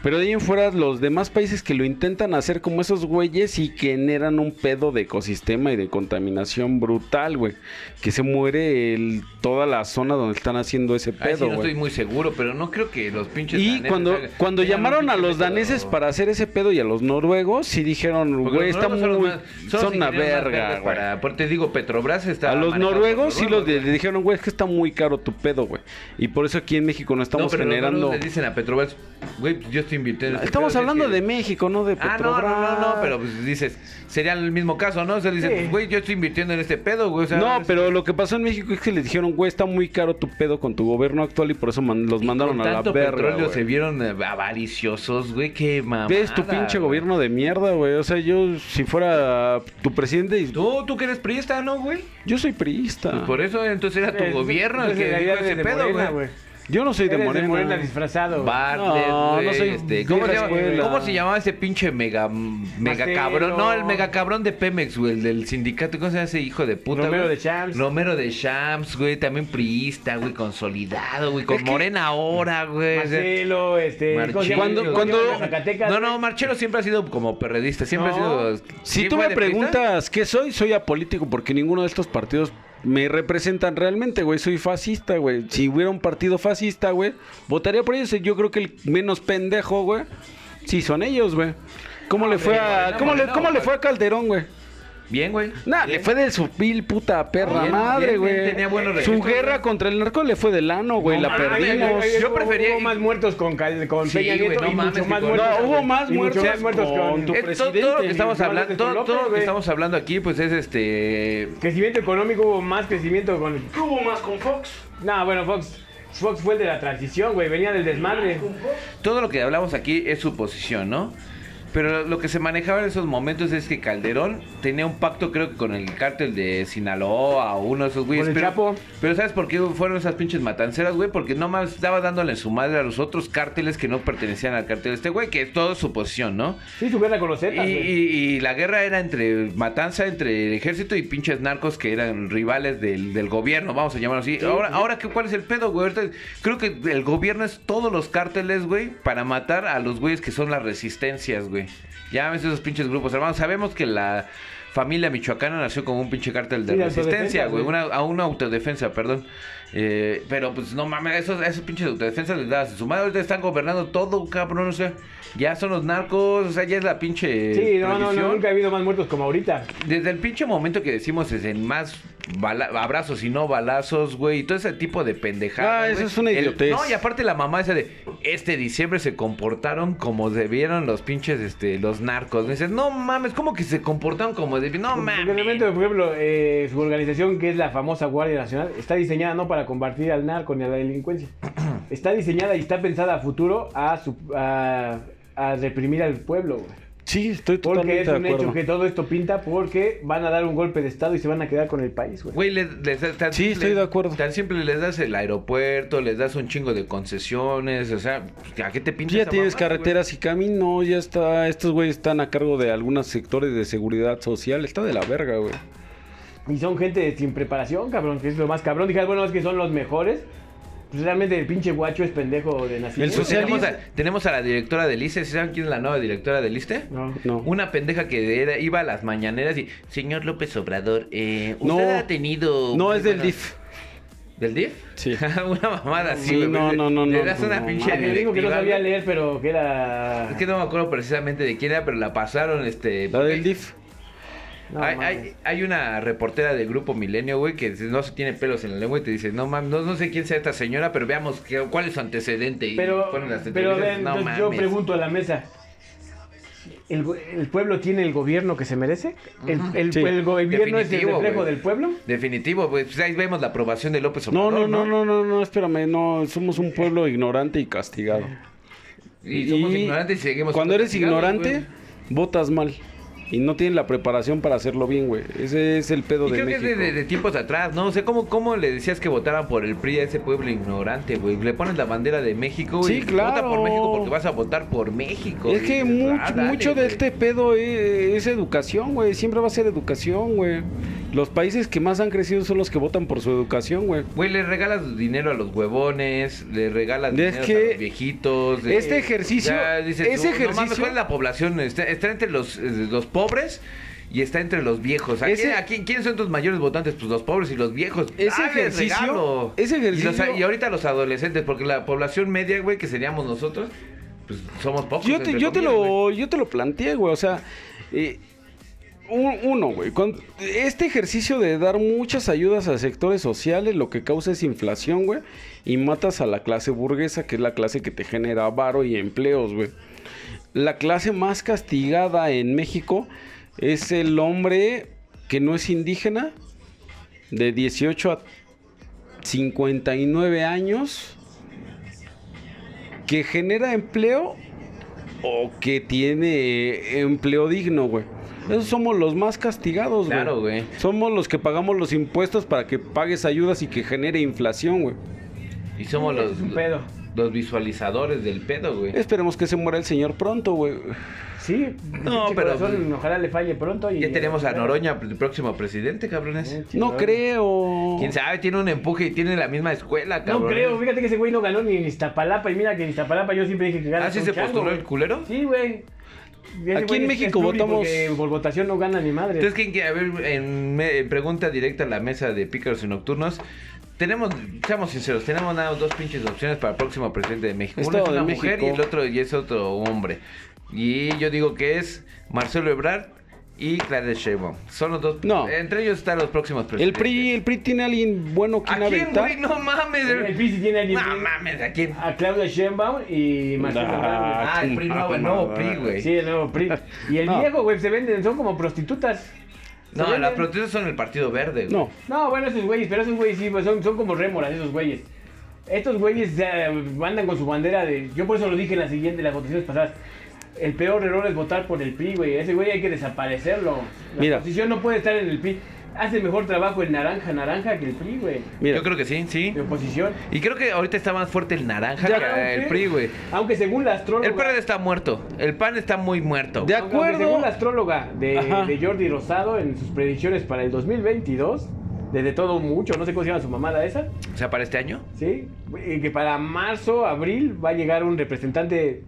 Pero de ahí en fuera, los demás países que lo intentan hacer como esos güeyes y que generan un pedo de ecosistema y de contaminación brutal, güey. Que se muere el- toda la zona donde están haciendo ese Ahí sí pedo, no güey. estoy muy seguro, pero no creo que los pinches Y daneses cuando, hagan- cuando tengan un llamaron a pinche los método. daneses para hacer ese pedo y a los noruegos, sí dijeron, Porque güey, los está muy... noruegos Son, los más- son los una ingenieros más verga, verdes güey. para- por- te digo, Petrobras está... A los manejado por noruegos sí los de- güey. le dijeron, güey, es que está muy caro tu pedo, güey. Y por eso aquí en México no estamos no, pero los generando... noruegos le dicen a Petrobras, güey, pues yo estoy invirtiendo... en este Estamos pedo, hablando es que- de México, no de Ah, Petrobras. no, no, no, no, pero pues dices, sería el mismo caso, ¿no? O sea, le dicen, Sí. pues, güey, yo estoy invirtiendo en este pedo, güey. o sea, no, es- pero lo que pasó en México es que le dijeron, güey, está muy caro tu pedo con tu gobierno actual y por eso man- los mandaron con a la tanto verga. petróleo se güey. vieron eh, avariciosos, güey, qué mamada. Ves tu pinche güey. gobierno de mierda, güey. O sea, yo, si fuera tu presidente, y- Tú, tú que eres priista, ¿no, güey? yo soy priista. Pues Por eso entonces era tu Es- gobierno el es que la dijo idea ese de pedo, Morena, güey. Yo no soy de Eres Morena. disfrazado. güey. Bartlett, No, güey, no soy este, ¿cómo, se vieja llama- escuela. cómo se llamaba ese pinche mega mega Marcelo. cabrón? No, el mega cabrón de Pemex, güey, el del sindicato, ¿cómo se llama ese hijo de puta? Romero güey? de Champs. Romero de Champs, güey, también priista, güey, consolidado, güey, con Es que- Morena ahora, güey. o sea, Marcelo, este. Marcelo. ¿cómo se llama? Cuando- ¿Cómo se cuando- llama de Zacatecas, no, güey? no, Marchelo siempre ha sido como perredista, siempre No. ha sido Si ¿Sí tú fue me de priista? preguntas qué soy, soy apolítico porque ninguno de estos partidos me representan realmente, güey. Soy fascista, güey. Si hubiera un partido fascista, güey, votaría por ellos. Yo creo que el menos pendejo, güey, sí son ellos, güey. ¿Cómo Ah, le fue a Morena, cómo le, Morena, cómo le güey. fue a Calderón, güey? Bien, güey. Nah, Bien. le fue de su vil puta perra Bien, madre, bien, bien, güey. tenía buenos Su registros, guerra güey. contra el narco le fue del ano, güey. Ah, la Ay, ay, ay, perdimos. ay, ay, Yo hubo- prefería- Hubo más muertos con, Cal- con Sí, Peña güey, Nieto no y mames, mucho más güey. muertos. No, hubo más y mucho muertos más muertos con con. tu Es- Eh, todo- todo, lo presidente, que estamos Andrés hablando, todo, López, todo lo que güey. estamos hablando aquí, pues es este Crecimiento económico hubo más crecimiento con. hubo más con Fox? No, bueno, Fox. Fox fue el de la transición, güey. Venía del desmadre. todo lo que hablamos aquí es su posición, ¿no? Pero lo que se manejaba en esos momentos es que Calderón tenía un pacto, creo que con el cártel de Sinaloa o uno de esos güeyes. Con el pero, Chapo. pero ¿sabes por qué fueron esas pinches matanceras, güey? Porque nomás estaba dándole su madre a los otros cárteles que no pertenecían al cártel de este güey, que es toda su posición, ¿no? Sí, su guerra con los Y, Zetas, güey. y- y la guerra era entre matanza entre el ejército y pinches narcos que eran rivales del, del gobierno, vamos a llamarlo así. Ahora, ahora ¿qué- ¿cuál es el pedo, güey? Ahorita creo que el gobierno es todos los cárteles, güey, para matar a los güeyes que son las resistencias, güey. Ya ves esos pinches grupos hermanos. Sabemos que la familia michoacana nació como un pinche cártel de Sí, de resistencia, autodefensa, güey. güey. Una, a una autodefensa, perdón. Eh, pero pues no mames, esos, esos pinches autodefensas les das a su madre. Ahorita están gobernando todo, cabrón. O sea, ya son los narcos, o sea, ya es la pinche. Sí, no, no, no, tradición. nunca ha habido más muertos como ahorita. Desde el pinche momento que decimos es en más bala- abrazos y no balazos, güey, y todo ese tipo de pendejadas. Ah, eso güey. es una El- idiotez. no, y aparte la mamá esa de este diciembre se comportaron como debieron los pinches, este, los narcos. Me dices, no mames, ¿cómo que se comportaron como debieron? No Porque mames. Pues, realmente, por ejemplo, eh, su organización, que es la famosa Guardia Nacional, está diseñada no para combatir al narco ni a la delincuencia. Está diseñada y está pensada a futuro a, su- a, a reprimir al pueblo, güey. Sí, estoy Porque totalmente es de un acuerdo. hecho que todo esto pinta porque van a dar un golpe de estado y se van a quedar con el país, güey. Güey, les, les das- tan Sí, estoy de acuerdo. Tan simple les das el aeropuerto, les das un chingo de concesiones, o sea, pues, ¿a qué te pintas? Ya tienes carreteras y caminos, ya está. Estos güeyes están a cargo de algunos sectores de seguridad social. Está de la verga, güey. Y son gente sin preparación, cabrón, que es lo más cabrón. Dije, "Ah, bueno, es que son los mejores. Pues realmente el pinche guacho es pendejo de nacimiento. El socialismo- Tenemos a, tenemos a la directora del ICE, ¿saben quién es la nueva directora del ICE? No. No. Una pendeja que era- iba a las mañaneras y, señor López Obrador, eh, usted No. ha tenido... No, muy es del buenas- DIF. ¿Del DIF? Sí. una mamada así, Sí, güey. no, no, no, Le no, das no, una no, pinche Ah, me dijo que no directiva, sabía güey. leer, pero que era... Es que no me acuerdo precisamente de quién era, pero la pasaron, este... La del DIF. No, hay, mames. hay- hay una reportera del grupo Milenio, güey, que dice, no se tiene pelos en la lengua y te dice, no mames, no, no sé quién sea esta señora, pero veamos qué- cuál es su antecedente. Y Pero, ponen las pero entrevistas, vean, no entonces yo mames. pregunto a la mesa. el, go- el pueblo tiene el gobierno que se merece. El, el- Sí. el gobierno es el Definitivo, reflejo güey. del pueblo. Definitivo, pues pues, ahí vemos la aprobación de López No, Obrador. no, no, no, no, no, espérame, no, somos un pueblo ignorante y castigado. Y somos ignorantes y seguimos. Cuando eres castigados, ignorante, güey. votas mal. Y no tienes la preparación para hacerlo bien, güey. Ese es el pedo Y de creo México. que es de, de- de tiempos atrás, ¿no? O sea, ¿cómo, ¿cómo le decías que votaran por el PRI a ese pueblo ignorante, güey? Le pones la bandera de México Sí, y vota claro. por México porque vas a votar por México. Es que Y dices, mucho, ah, dale, mucho de güey. este pedo eh, es, educación, güey. Siempre va a ser educación, güey. Los países que más han crecido son los que votan por su educación, güey. Güey, le regalas dinero a los huevones, le regalas Es dinero que a los viejitos. eh, este ejercicio- ya dices tú, ese no mames, ejercicio- ¿cuál es la población? Está, está entre los, eh, los pobres y está entre los viejos. ¿A, quién- Ese- a quién, quiénes son tus mayores votantes? Pues los pobres y los viejos. Ese Dales ejercicio- regalo. ese Y los- Y, ejercicio- ahorita los adolescentes, porque la población media, güey, que seríamos nosotros, pues somos pocos. Yo te, entre yo te comillas, güey. lo, yo te lo planteé, güey. O sea, eh, un- uno, güey. con- este ejercicio de dar muchas ayudas a sectores sociales lo que causa es inflación, güey. Y matas a la clase burguesa, que es la clase que te genera avaro y empleos, güey. La clase más castigada en México es el hombre que no es indígena, de 18 a 59 años, que genera empleo o que tiene empleo digno, güey. Esos somos los más castigados, güey. Claro, güey. Somos los que pagamos los impuestos para que pagues ayudas y que genere inflación, güey. Y somos Sí, los, es un pedo. los visualizadores del pedo, güey. Esperemos que se muera el señor pronto, güey. Sí. No, pinche pero- corazón, ojalá le falle pronto. Y, Ya tenemos a Noroña, el próximo presidente, cabrones. No creo. ¿Quién sabe? Tiene un empuje y tiene la misma escuela, No cabrón. creo, fíjate que ese güey no ganó ni en Iztapalapa. Y mira que en Iztapalapa yo siempre dije que gana. ¿Ah, sí un se chango, postuló güey. el culero? Sí, güey. Y ese Aquí güey en es- México es pluri votamos- porque Por votación no gana ni madre. Entonces, ¿quién quiere? A ver, en, me- en pregunta directa a la mesa de pícaros y nocturnos. Tenemos, seamos sinceros, tenemos nada más dos pinches opciones para el próximo presidente de México. Uno Estado es una de mujer y México. el otro y es otro hombre. Y yo digo que es Marcelo Ebrard y Claudia Sheinbaum. Son los dos. No. Entre ellos están los próximos El presidentes. PRI, el PRI tiene a alguien bueno que ¿A quién, aventar. güey? No mames. el PRI sí tiene Ah, a alguien- No mames, ¿a quién? A Claudia Sheinbaum y Marcelo Nah. Ebrard, güey. Ah, el PRI nuevo, el nuevo PRI, güey. Sí, el nuevo PRI. Y el No. viejo, güey, se venden, son como prostitutas. Se No, venden- las protestas son el Partido Verde, güey. No. No, bueno, esos güeyes, pero esos güeyes sí, pues, son, son como rémoras, esos güeyes. Estos güeyes eh, andan con su bandera de. Yo por eso lo dije en la siguiente, en las votaciones pasadas. El peor error es votar por el PRI, güey. Ese güey hay que desaparecerlo. La Mira. oposición no puede estar en el PRI. Hace mejor trabajo el naranja, naranja que el PRI, güey. Mira, Yo creo que sí, sí. De oposición. Y creo que ahorita está más fuerte el naranja Ya, que el Aunque- PRI, güey. Aunque según la astróloga. El PRD está muerto. El PAN está muy muerto. De Aunque acuerdo. Según la astróloga de, Ajá. de Jordi Rosado en sus predicciones para el 2022, desde todo mucho, no sé cómo se llama su mamada esa, O sea, para este año. ¿sí? Y que para marzo, abril va a llegar un representante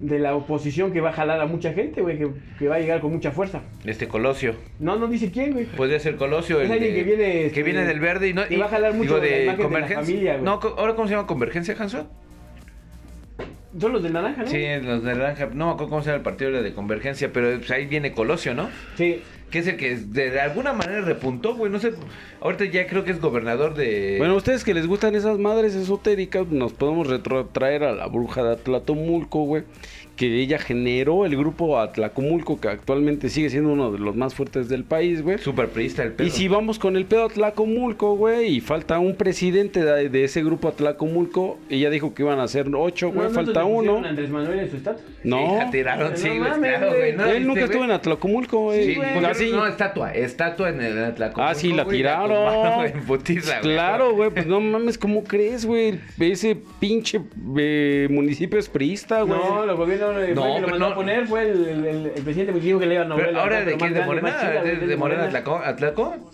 de la oposición que va a jalar a mucha gente, güey, que, que va a llegar con mucha fuerza. Este Colosio. No, no dice quién, güey. Podría ser Colosio. Es el alguien de- que viene, que este, viene del verde y no. que y- va a jalar mucho digo, la de imagen de la Convergencia. familia, güey. no, co- ¿ahora cómo se llama Convergencia, Hanso? Son los del naranja, ¿no? Sí, los de naranja. No me acuerdo cómo se llama el partido era de Convergencia, pero pues, ahí viene Colosio, ¿no? Sí. Que es el que de alguna manera repuntó, güey. No sé. Ahorita ya creo que es gobernador de. Bueno, ustedes que les gustan esas madres esotéricas, nos podemos retrotraer a la bruja de Atlatomulco, güey. Que ella generó el grupo Atlacomulco, que actualmente sigue siendo uno de los más fuertes del país, güey. Superpriista el pedo. Y si vamos con el pedo Atlacomulco, güey, y falta un presidente de, de ese grupo Atlacomulco, ella dijo que iban a ser ocho, güey, ¿No, no falta te pusieron uno. a Andrés Manuel en su estatua. No, Hija, tiraron, sí, No güey, mames, claro, güey. güey. ¿No él viste, nunca estuvo güey? en Atlacomulco, güey. Sí, güey, Porque pero pues así- No, estatua, estatua en el Atlacomulco. Ah, sí, la güey, tiraron. tumbaron en putiza, güey. Claro, güey, pues no mames, ¿cómo crees, güey? Ese pinche eh, municio es priista, güey. No, lo gobierno de No, no, que pero lo mandó no. a poner fue el, el, el- el presidente que dijo que le iban a Pero novela, ahora ¿no? de Pero quién, de más grande, más Morena, chida, de, güey, de Morena Atlaco, Atlaco.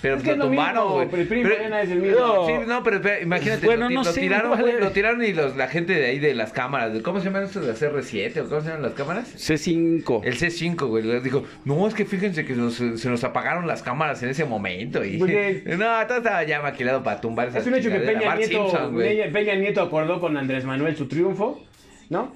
Pero Es pues que es lo lo tumbaron, mismo, güey. pero el PRI Morena es el mismo. No, sí, no, pero espera, imagínate, lo, Bueno, ti- no lo sé, tiraron, güey, güey. lo tiraron y los, la gente de ahí de las cámaras, de- ¿cómo se llaman estos de CR7 o cómo se llaman las cámaras? C5. El C5, güey, les dijo, no, es que fíjense que nos- se nos apagaron las cámaras en ese momento. Y, Porque- no, todo estaba ya maquilado para tumbar esa Es un hecho que chingadera. Peña Bart Nieto, Simpson, güey. Peña, Peña Nieto acordó con Andrés Manuel su triunfo, ¿no?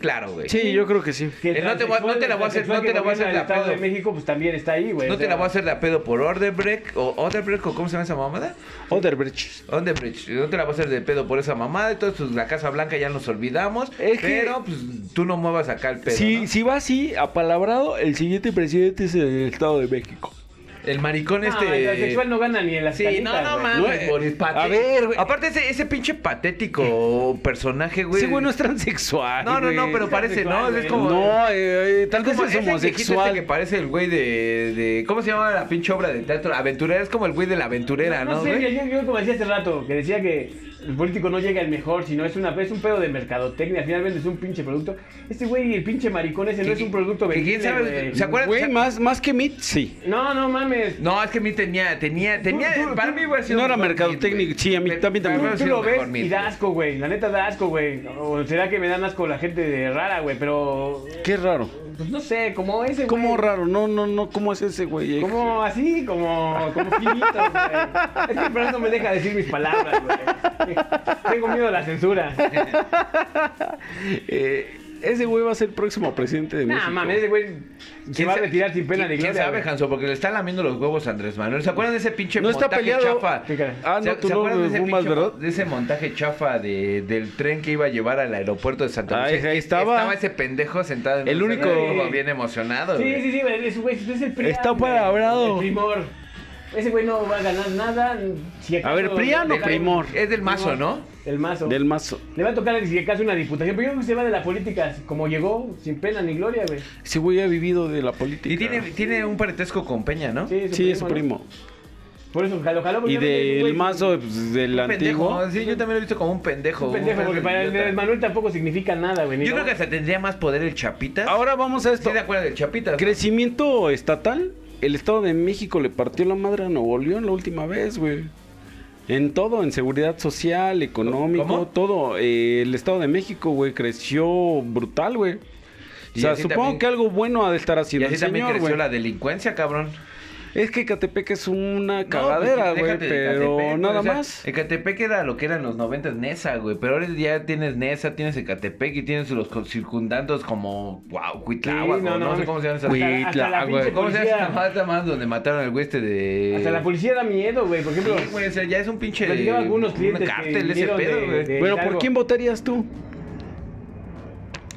claro, güey. Sí, yo creo que sí. Si el Eh, no te voy a- no te la voy a hacer- no te la voy a hacer transexual que gobierna el de a Estado pedo. de México, pues también está ahí, güey. No o te sea, la voy a hacer de a pedo por Orderbreak o Orderbreak o cómo se llama esa mamada. Otherbridge. Orderbreak. No te la voy a hacer de pedo por esa mamada. Entonces, pues, la Casa Blanca ya nos olvidamos. Es que- pero pues tú no muevas acá el pedo. si, ¿no? si va así, apalabrado, el siguiente presidente es el Estado de México. El maricón No, el este. transexual no gana ni en las Sí, no, canitas, no güey. mames, No, Boris, pate- a ver, güey. Aparte, ese, ese pinche patético personaje, güey. Ese güey no es transexual. No, no, no, güey. pero parece, ¿no? Es como. No, eh, eh, tal vez como es ese viejito homosexual. este que parece el güey de, de- ¿Cómo se llama la pinche obra de teatro? Aventurera, es como el güey de la aventurera, ¿no? No, sé, güey? yo, yo como decía hace rato, que decía que el político no llega el mejor, sino es, una, es un pedo de mercadotecnia, finalmente es un pinche producto. Este güey, el pinche maricón ese no Que- es un producto que quién vendible, sabe, güey. ¿se acuerdan? Güey, o sea- más, más que Mit, sí. No, no mames. No, es que a mí tenía, tenía, tenía. tú- para tú- mí hubiera sido no era mejor mercadotecnia, Meet, güey. sí, a mí Pe- también, para mí también. hubiera Tú sido lo ves mejor Meet, y da asco, güey. La neta da asco, güey. O será que me dan asco la gente de rara, güey, pero. Qué raro. Pues no sé, como ese, güey. ¿Cómo raro? No, no, no, ¿cómo es ese güey? Eh, Como así, como, como finito, güey. Es que Fran no me deja decir mis palabras, güey. Tengo miedo a la censura. Eh, ese güey va a ser el próximo presidente de México. Nah, mames, ese güey se ¿Quién va a sabe- retirar sin pena quién- ni ¿Quién gloria. sabe, güey. Hanso? Porque le están lamiendo los huevos a Andrés Manuel. ¿Se acuerdan de ese pinche No está montaje peleado. chafa? Fíjate. Ah, no, ¿Se- tú ¿se no, acuerdan de ese Pumas, pinche ¿verdad? mon- de ese montaje chafa de, del tren que iba a llevar al aeropuerto de Santa Ah, Lucía? ahí estaba. Estaba ese pendejo sentado en El un único- sillón, bien emocionado. Sí, güey. sí, sí, güey, ese güey es el PRI. Está güey, palabrado. El primor. Ese güey no va a ganar nada. si acaso- A ver, ¿Prian o Del- Primor? Es del mazo, ¿no? El mazo. Del mazo. Le va a tocar si acaso una diputación, pero yo creo que se va de la política, como llegó, sin pena ni gloria, güey. Ese güey ha vivido de la política. Y tiene, tiene un parentesco con Peña, ¿no? Sí, Sí, es su ¿no? primo. Por eso, jalo, jalo. porque Y obviamente es un del güey- mazo, pues, del Un pendejo. antiguo. Sí, yo también lo he visto como un pendejo. Un pendejo, un porque para idiota. el Manuel tampoco significa nada, güey. ni Yo creo nada. que hasta tendría más poder el Chapitas. Ahora vamos a esto. estoy de acuerdo del Chapitas. ¿no? Crecimiento estatal. El Estado de México le partió la madre a Nuevo León la última vez, güey. En todo, en seguridad social, económico, ¿Cómo? todo. Eh, el Estado de México, güey, creció brutal, güey. O Y sea, así supongo también- que algo bueno ha de estar Y haciendo así el también señor, creció güey. la delincuencia, cabrón. Es que Catepec es una No, cagadera, pues, güey, déjate de pero Ecatepec, güey, nada o sea, más. Ecatepec era lo que era en los 90 Nesa, güey. Pero ahora ya tienes Nesa, tienes Ecatepec y tienes los co- circundantes como, wow, Cuitlagua, Sí, no, no, no, sé cómo se llaman esas. Cuit- Hasta- hasta la Cuitla, pinche güey. ¿Cómo se llama esa policía. mamada más donde mataron al güey este de. Hasta la policía da miedo, güey. Por Sí, ejemplo, güey, o sea, ya es un pinche. Platicaba algunos un clientes que cártel ese vinieron pedo, de- güey. de- Pero ¿por Hidalgo. quién votarías tú?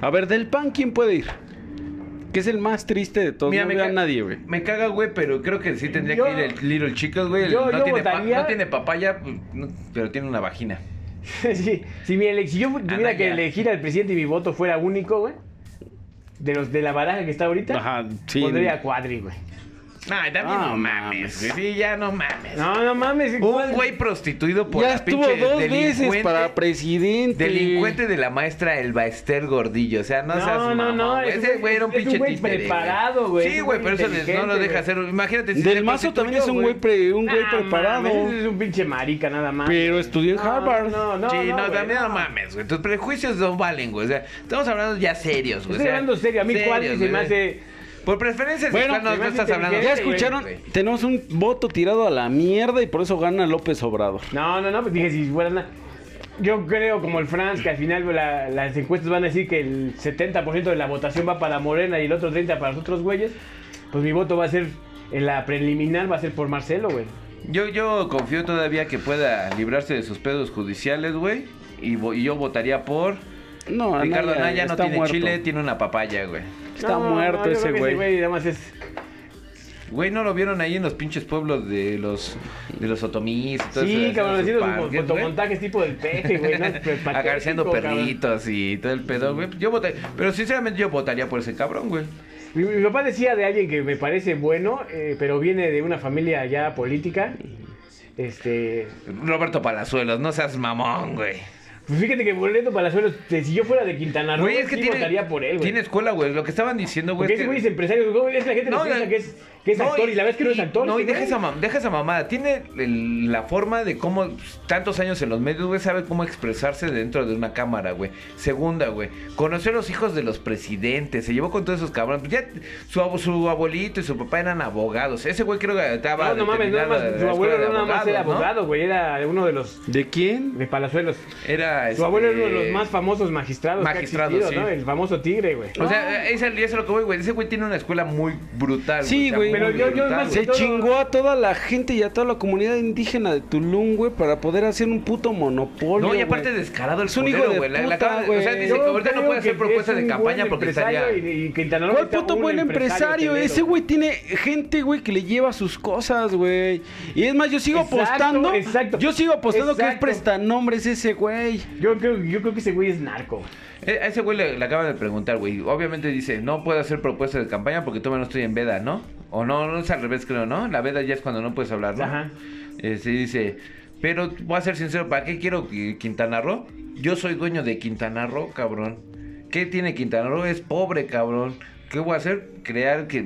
A ver, del PAN, ¿quién puede ir? Que es el más triste de todos. no veo a ca- nadie, güey. Me caga, güey, pero creo que sí tendría Yo- que ir el Little Chicos, güey. El- yo- no, yo tiene pa- votaría- no tiene papaya, pues, no- pero tiene una vagina. sí, si, mi ele- si yo tuviera Anaya. que elegir al presidente y mi voto fuera único, güey, de los de la baraja que está ahorita, Ajá, sí. pondría a Cuadri, güey. Ay, también Ah, no mames, güey. Sí, ya no mames. No, no mames. Un güey prostituido por ya la estuvo pinche dos veces delincuente- para presidente. Delincuente de la maestra El Baester Gordillo, o sea, no, No, seas no, mamón, no, güey. es un Ese güey- güey era un es un pinche güey títere, preparado, güey, es Sí, un güey, pero güey eso les- no lo inteligente, deja güey. hacer. Imagínate si se Del mazo también es un güey, prostituyó, pre- un güey Ah, preparado. mames, ese es un pinche marica nada más. Pero estudió en No, Harvard. No, no, güey. Sí, no, güey, también no no. mames, güey. Tus prejuicios no valen, güey. O sea, estamos hablando ya serios, güey. Estoy o sea, hablando serio. A mí serios, Cuadri se güey. me hace. Por preferencia Bueno, sexual se no, me no hace estás hablando. Ya inteligente, escucharon, güey. tenemos un voto tirado a la mierda y por eso gana López Obrador. No, no, no, pues dije, si fuera na- Yo creo, como el Franz, que al final la- las encuestas van a decir que el 70% de la votación va para Morena y el otro 30% para los otros güeyes. Pues mi voto va a ser, en la preliminar va a ser por Marcelo, güey. Yo, yo confío todavía que pueda librarse de sus pedos judiciales, güey. Y, vo- y yo votaría por. No, Ricardo Anaya Anaya no está tiene muerto. chile, tiene una papaya, güey. Está No, muerto no, yo ese creo que güey. nada más es. Güey, ¿no lo vieron ahí en los pinches pueblos de los de los otomís? y todo Sí, eso? cabrón, Sus haciendo parques, güey. fotomontajes tipo del peje, güey. ¿no? Pero patético, Agarciando cabrón. perritos y todo el pedo, güey. Yo votaría, pero sinceramente yo votaría por ese cabrón, güey. Mi, mi papá decía de alguien que me parece bueno, eh, pero viene de una familia ya política. Este, Roberto Palazuelos, no seas mamón, güey. Pues fíjate que Boleto Palazuelos, te- si yo fuera de Quintana Roo, Ah, sí votaría por él, güey. tiene escuela, güey. Lo que estaban diciendo, güey. Porque es ese que- güey es empresario, güey, es que la gente No, no, piensa la- que es que es No, actor y, la verdad es que no es actor. No, y este deja güey. esa, mam- deja esa mamada. Tiene el- la forma de cómo pues, tantos años en los medios, güey, sabe cómo expresarse dentro de una cámara, güey. Segunda, güey. Conoció a los hijos de los presidentes. Se llevó con todos esos cabrones. Pues ya su, ab- su abuelito y su papá eran abogados. Ese güey creo que estaba. No, no mames, nada determinado más, de su la abuelo escuela no de nada más era abogados, ¿no? abogado, güey, era uno de los ¿De quién? de Palazuelos. Era. Su abuelo era este, uno de los más famosos magistrados Magistrado, que ha existido, sí. ¿no? El famoso tigre, güey. O sea, esa, esa es lo que voy, güey. Ese güey tiene una escuela muy brutal. Sí, o sea, güey. muy Pero yo- yo brutal, más- güey. Se chingó a toda la gente y a toda la comunidad indígena de Tulum, güey, para poder hacer un puto monopolio. No, y aparte güey. descarado el Es un hijo culero, de güey. La- la puta, acaba de- o sea, güey. dice que Yo ahorita no creo puede hacer que propuesta es de un campaña buen porque empresario estaría. y- y Quintana Roo ¿Cuál ahorita puto un buen empresario? telero. Ese güey tiene gente, güey, que le lleva sus cosas, güey. Y es más, yo sigo Exacto, apostando. exacto. Yo sigo apostando que es Exacto. prestanombres ese güey. Yo creo, yo creo que ese güey es narco. Eh, A ese güey le, le acaban de preguntar, güey. Obviamente dice, no puedo hacer propuesta de campaña porque todavía no estoy en veda, ¿no? O no, no es al revés, creo, ¿no? La veda ya es cuando no puedes hablar, ¿no? Ajá. Eh, sí, dice, pero voy a ser sincero, ¿para qué quiero Qui- Quintana Roo? Yo soy dueño de Quintana Roo, cabrón. ¿Qué tiene Quintana Roo? Es pobre, cabrón. ¿Qué voy a hacer? Crear que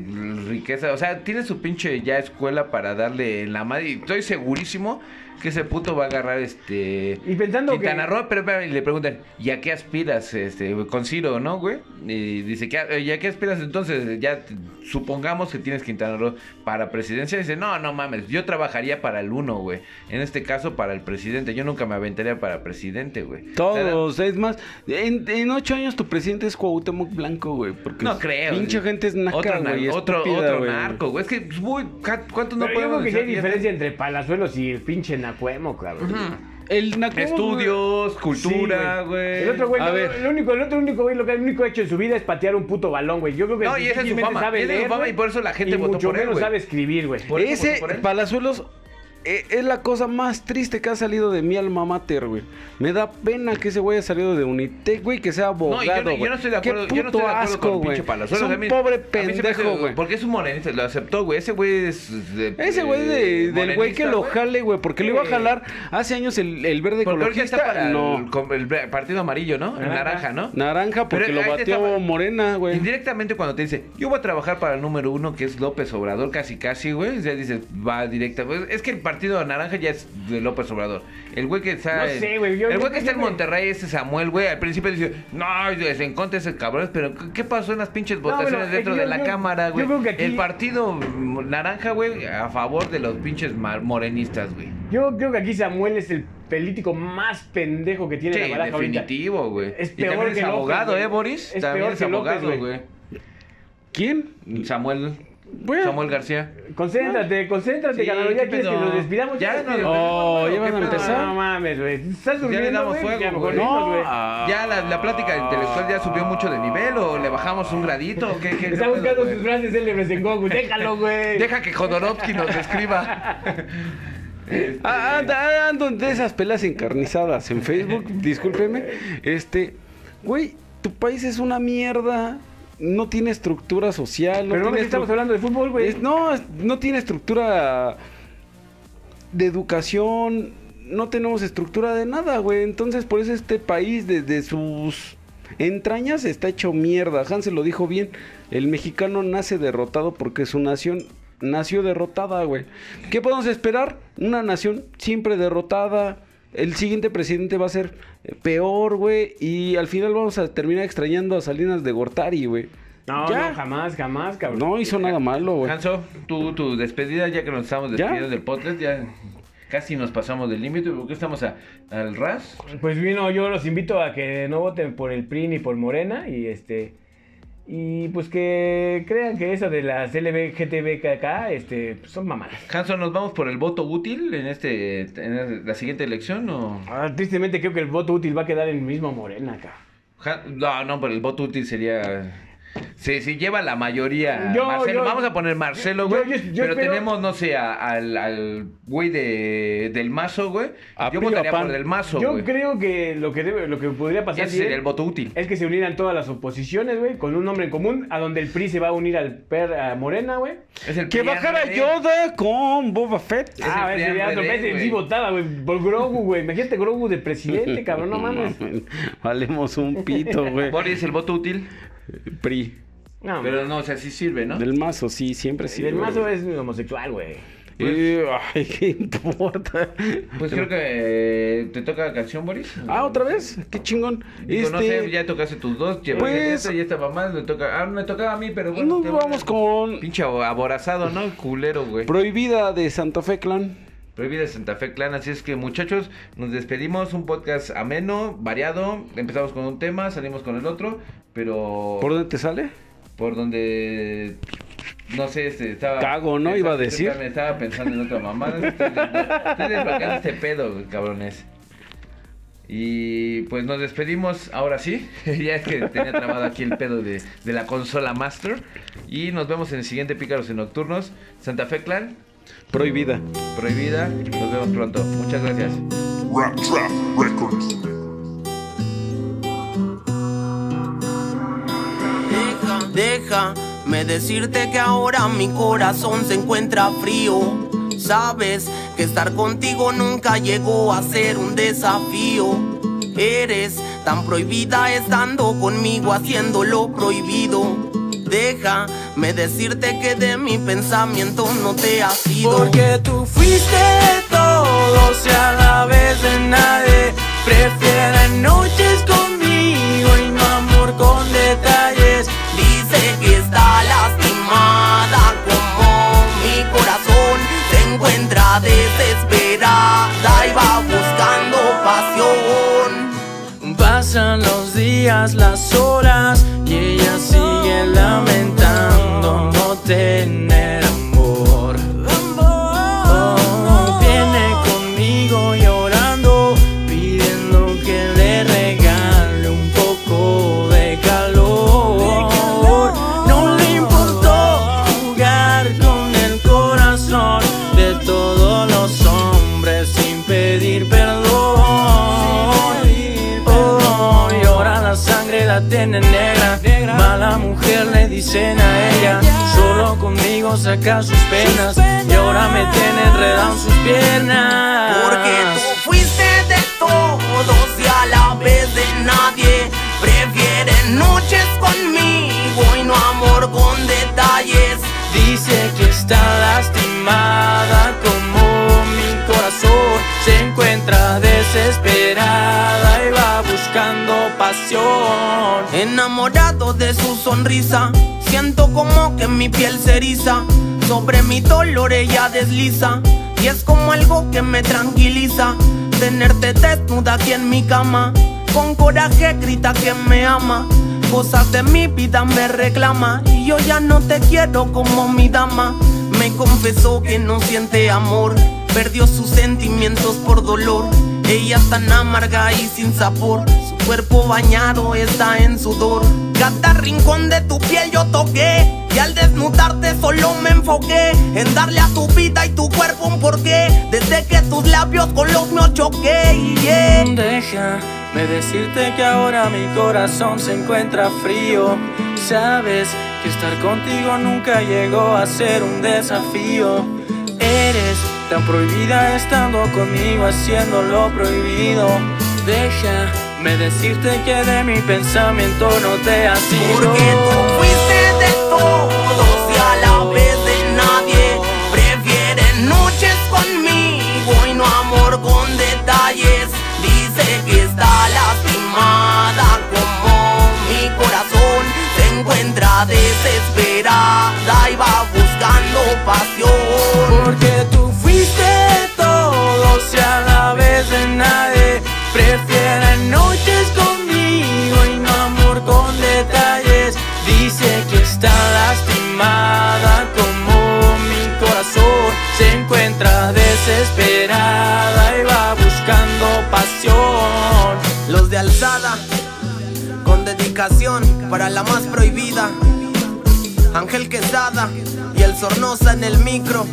riqueza. O sea, tiene su pinche ya escuela para darle en la madre. Y estoy segurísimo que ese puto va a agarrar este. Y pensando Quintana que... Roo, pero, pero, y le preguntan, ¿y a qué aspiras este, con Ciro, no, güey? Y dice, "¿Qué a- eh, ¿y a qué aspiras entonces? Ya t- supongamos que tienes Quintana Roo para presidencia. Dice, no, no mames, yo trabajaría para el uno, güey. En este caso, para el presidente. Yo nunca me aventaría para presidente, güey. O Todos, es más, en, en ocho años tu presidente es Cuauhtémoc Blanco, güey. Porque sea, no creo. Pues, Pinche gente es naca, Otro, nar- güey, otro, estúpida, otro güey. narco, güey. Es que, pues, güey, ca- ¿cuántos no Pero yo creo podemos que sí hay decir? diferencia entre Palazuelos y el pinche Nacuemo, cabrón. El naco- Estudios, Sí, cultura, güey. El otro güey, A no, ver. el único, el otro único güey, lo que el único hecho en su vida es patear un puto balón, güey. Yo creo que No, y esa es su difícilmente fama, y esa es su fama, güey, y por eso la gente y votó mucho por él, menos güey. sabe escribir, güey. Por eso Ese votó por él. Palazuelos eh, es la cosa más triste que ha salido de mi alma mater, güey. Me da pena que ese güey haya salido de Unitec, güey, que sea abogado. No, y yo no- yo, güey. no estoy de Qué acuerdo, yo no estoy puto de acuerdo asco, con güey. pinche Palazuelos. Es un A mí- pobre a mí se me hace- pendejo, güey. Porque es un morenista, lo aceptó, güey. Ese güey es. de- Ese güey de- eh, del güey que morenista, lo jale, güey, porque lo iba a jalar hace años el, el verde Porque ahorita ecologista. está para el, no, con- el partido amarillo, ¿no? El Naranja. naranja, ¿no? naranja porque Pero lo ahí te bateó estaba- Morena, güey. Indirectamente cuando te dice, yo voy a trabajar para el número uno, que es López Obrador, casi casi, güey. Ya dices, va directa. Pues, es que el partido naranja ya es de López Obrador. El güey que está. No en- sé, güey, yo- el yo- güey que está yo en me- Monterrey, ese Samuel, güey. Al principio dice, no, es en contra ese cabrón. Pero, ¿qué- ¿qué pasó en las pinches pero votaciones es que dentro yo- de la yo- Cámara, yo güey? creo que aquí- El partido mm, naranja, güey, a favor de los pinches mar- morenistas, güey. Yo creo que aquí Samuel es el político más pendejo que tiene Sí, la baraja ahorita. definitivo, güey. Es Y peor también que es López, abogado, güey. ¿eh, Boris? Es también peor es que López, abogado, güey. güey. ¿Quién? Samuel. Bueno. Samuel García. Concéntrate, concéntrate, Sí, ganador. Ya qué quieres que pedo. nos despidamos. Ya nos no, Oh, Bueno, ya van qué a pedo. empezar. no mames, güey. Estás durmiendo, damos güey, fuego, ya mejor güey. irnos, güey. ah. Ya la, la plática intelectual ya subió mucho de nivel o le bajamos un gradito. ¿Qué, qué, Está qué pedo, buscando güey? sus frases célebres en Goku. Déjalo, güey. Deja que Jodorowsky nos escriba. Este, Ah, anda- ando de esas pelas encarnizadas en Facebook, discúlpeme. Este, güey, tu país es una mierda. No tiene estructura social. No Pero no tiene mames, estamos estru- hablando de fútbol, güey. es- no, es- no tiene estructura de educación. No tenemos estructura de nada, güey. Entonces, por eso este país, desde sus entrañas, está hecho mierda. Hansel lo dijo bien. El mexicano nace derrotado porque su nación nació derrotada, güey. ¿Qué podemos esperar? Una nación siempre derrotada. El siguiente presidente va a ser eh, peor, güey. Y al final vamos a terminar extrañando a Salinas de Gortari, güey. No, Ya. no, jamás, jamás, cabrón. No hizo nada malo, güey. Hanso, tu, tu despedida ya que nos estamos ¿Ya? despidiendo del podcast. Ya casi nos pasamos del límite porque estamos a- al ras. Pues vino, yo los invito a que no voten por el PRI ni por Morena y este y pues que crean que eso de las LBGTBKK este pues son mamadas. Hanso, ¿nos vamos por el voto útil en, este, en la siguiente elección o...? Ah, tristemente creo que el voto útil va a quedar en el mismo Morena acá. Ja- No, no, pero el voto útil sería. Si, si lleva la mayoría. Yo- Marcelo, yo- vamos a poner Marcelo, güey. yo- yo- yo pero espero- tenemos, no sé, a- al, al güey de, del mazo, güey. A Yo Pío, votaría a Pan. por del mazo, yo güey. creo que lo que debe- lo que podría pasar Ese bien sería el voto útil. es que se unieran todas las oposiciones, güey, con un nombre en común a donde el PRI se va a unir al per a Morena, güey. Es el Que PRI, bajara ándale. Yoda con Boba Fett. Es el Ah, PRI ese ya al otro revés, ese sí güey. votaba, güey, por Grogu, güey. Imagínate Grogu de presidente, cabrón, no mames. Valemos un pito, güey. Boris, el voto útil. PRI. No, Pero no, o sea, sí sirve, ¿no? Del mazo, sí, siempre sí. el güey. mazo es homosexual, güey. Eh, ay, ¿qué importa? Pues creo que eh, te toca la canción, Boris. Ah, ¿otra vez? Qué chingón. Digo, no Este, sé, ya tocaste tus dos, ya Pues- ya estaba más, le toca, ah, me tocaba a mí, pero bueno. nos te- vamos con Pinche abo- aborazado, ¿no? El culero, güey. Prohibida de Santa Fe Clan. Prohibida Santa Fe Clan, así es que muchachos, nos despedimos, un podcast ameno, variado, empezamos con un tema, salimos con el otro, pero ¿Por por, dónde te sale? donde no sé, este, estaba Cago, ¿no? Iba a decir. Estaba, estaba pensando en otra mamada. Ustedes ustedes bloquean este pedo, güey, cabrones. Y pues nos despedimos ahora sí. ya es que tenía trabado aquí el pedo de, de la consola Master. Y nos vemos en el siguiente Pícaros y Nocturnos. Santa Fe Clan, Prohibida. prohibida. Nos vemos pronto. Muchas gracias. Rap Trap Records. Deja, déjame decirte que ahora mi corazón se encuentra frío. Sabes que estar contigo nunca llegó a ser un desafío. Eres tan prohibida estando conmigo haciendo lo prohibido. Déjame decirte que de mi pensamiento no te has ido. Porque tú fuiste todo, si a la vez de nadie. Prefieren noches conmigo y no amor con detalles. Dice que está lastimada como mi corazón se encuentra desesperada y va buscando pasión. Pasan los días, las horas y ella sigue lamentando no tener amor. Oh, viene conmigo llorando, pidiendo que le regale un poco de calor. No le importó jugar con el corazón de todos los hombres sin pedir perdón. Oh, y ahora la sangre la tiene negra. Mala mujer le dicen a ella. Solo conmigo saca sus penas. Y ahora me tiene enredado en sus piernas. Porque tú fuiste de todos y a la vez de nadie. Prefieren noches conmigo y no amor con detalles. Dice que está lastimada como mi corazón se encuentra desesperada y va buscando pasión. Enamorado de su sonrisa, siento como que mi piel se eriza. Sobre mi dolor ella desliza, y es como algo que me tranquiliza. Tenerte desnuda aquí en mi cama, con coraje grita que me ama. Cosas de mi vida me reclama, y yo ya no te quiero como mi dama. Me confesó que no siente amor, perdió sus sentimientos por dolor. Ella es tan amarga y sin sabor, su cuerpo bañado está en sudor. Cada rincón de tu piel yo toqué y al desnudarte solo me enfoqué en darle a tu vida y tu cuerpo un porqué. Desde que tus labios con los míos choqué, yeah. Déjame decirte que ahora mi corazón se encuentra frío. Sabes que estar contigo nunca llegó a ser un desafío. Eres tan prohibida estando conmigo haciendo lo prohibido. Déjame decirte que de mi pensamiento no te has ido. Porque tú fuiste de todos y a la vez de nadie. Prefieren noches conmigo y no amor con detalles. Dice que está lastimada como mi corazón se encuentra desesperada y va buscando pasión. Porque tú fuiste todo, si a la vez de nadie. Prefieren noches conmigo y no amor con detalles. Dice que está lastimada como mi corazón. Se encuentra desesperada y va buscando pasión. Los de alzada con dedicación para la más prohibida. Ángel Quesada y el Sornosa en el micro.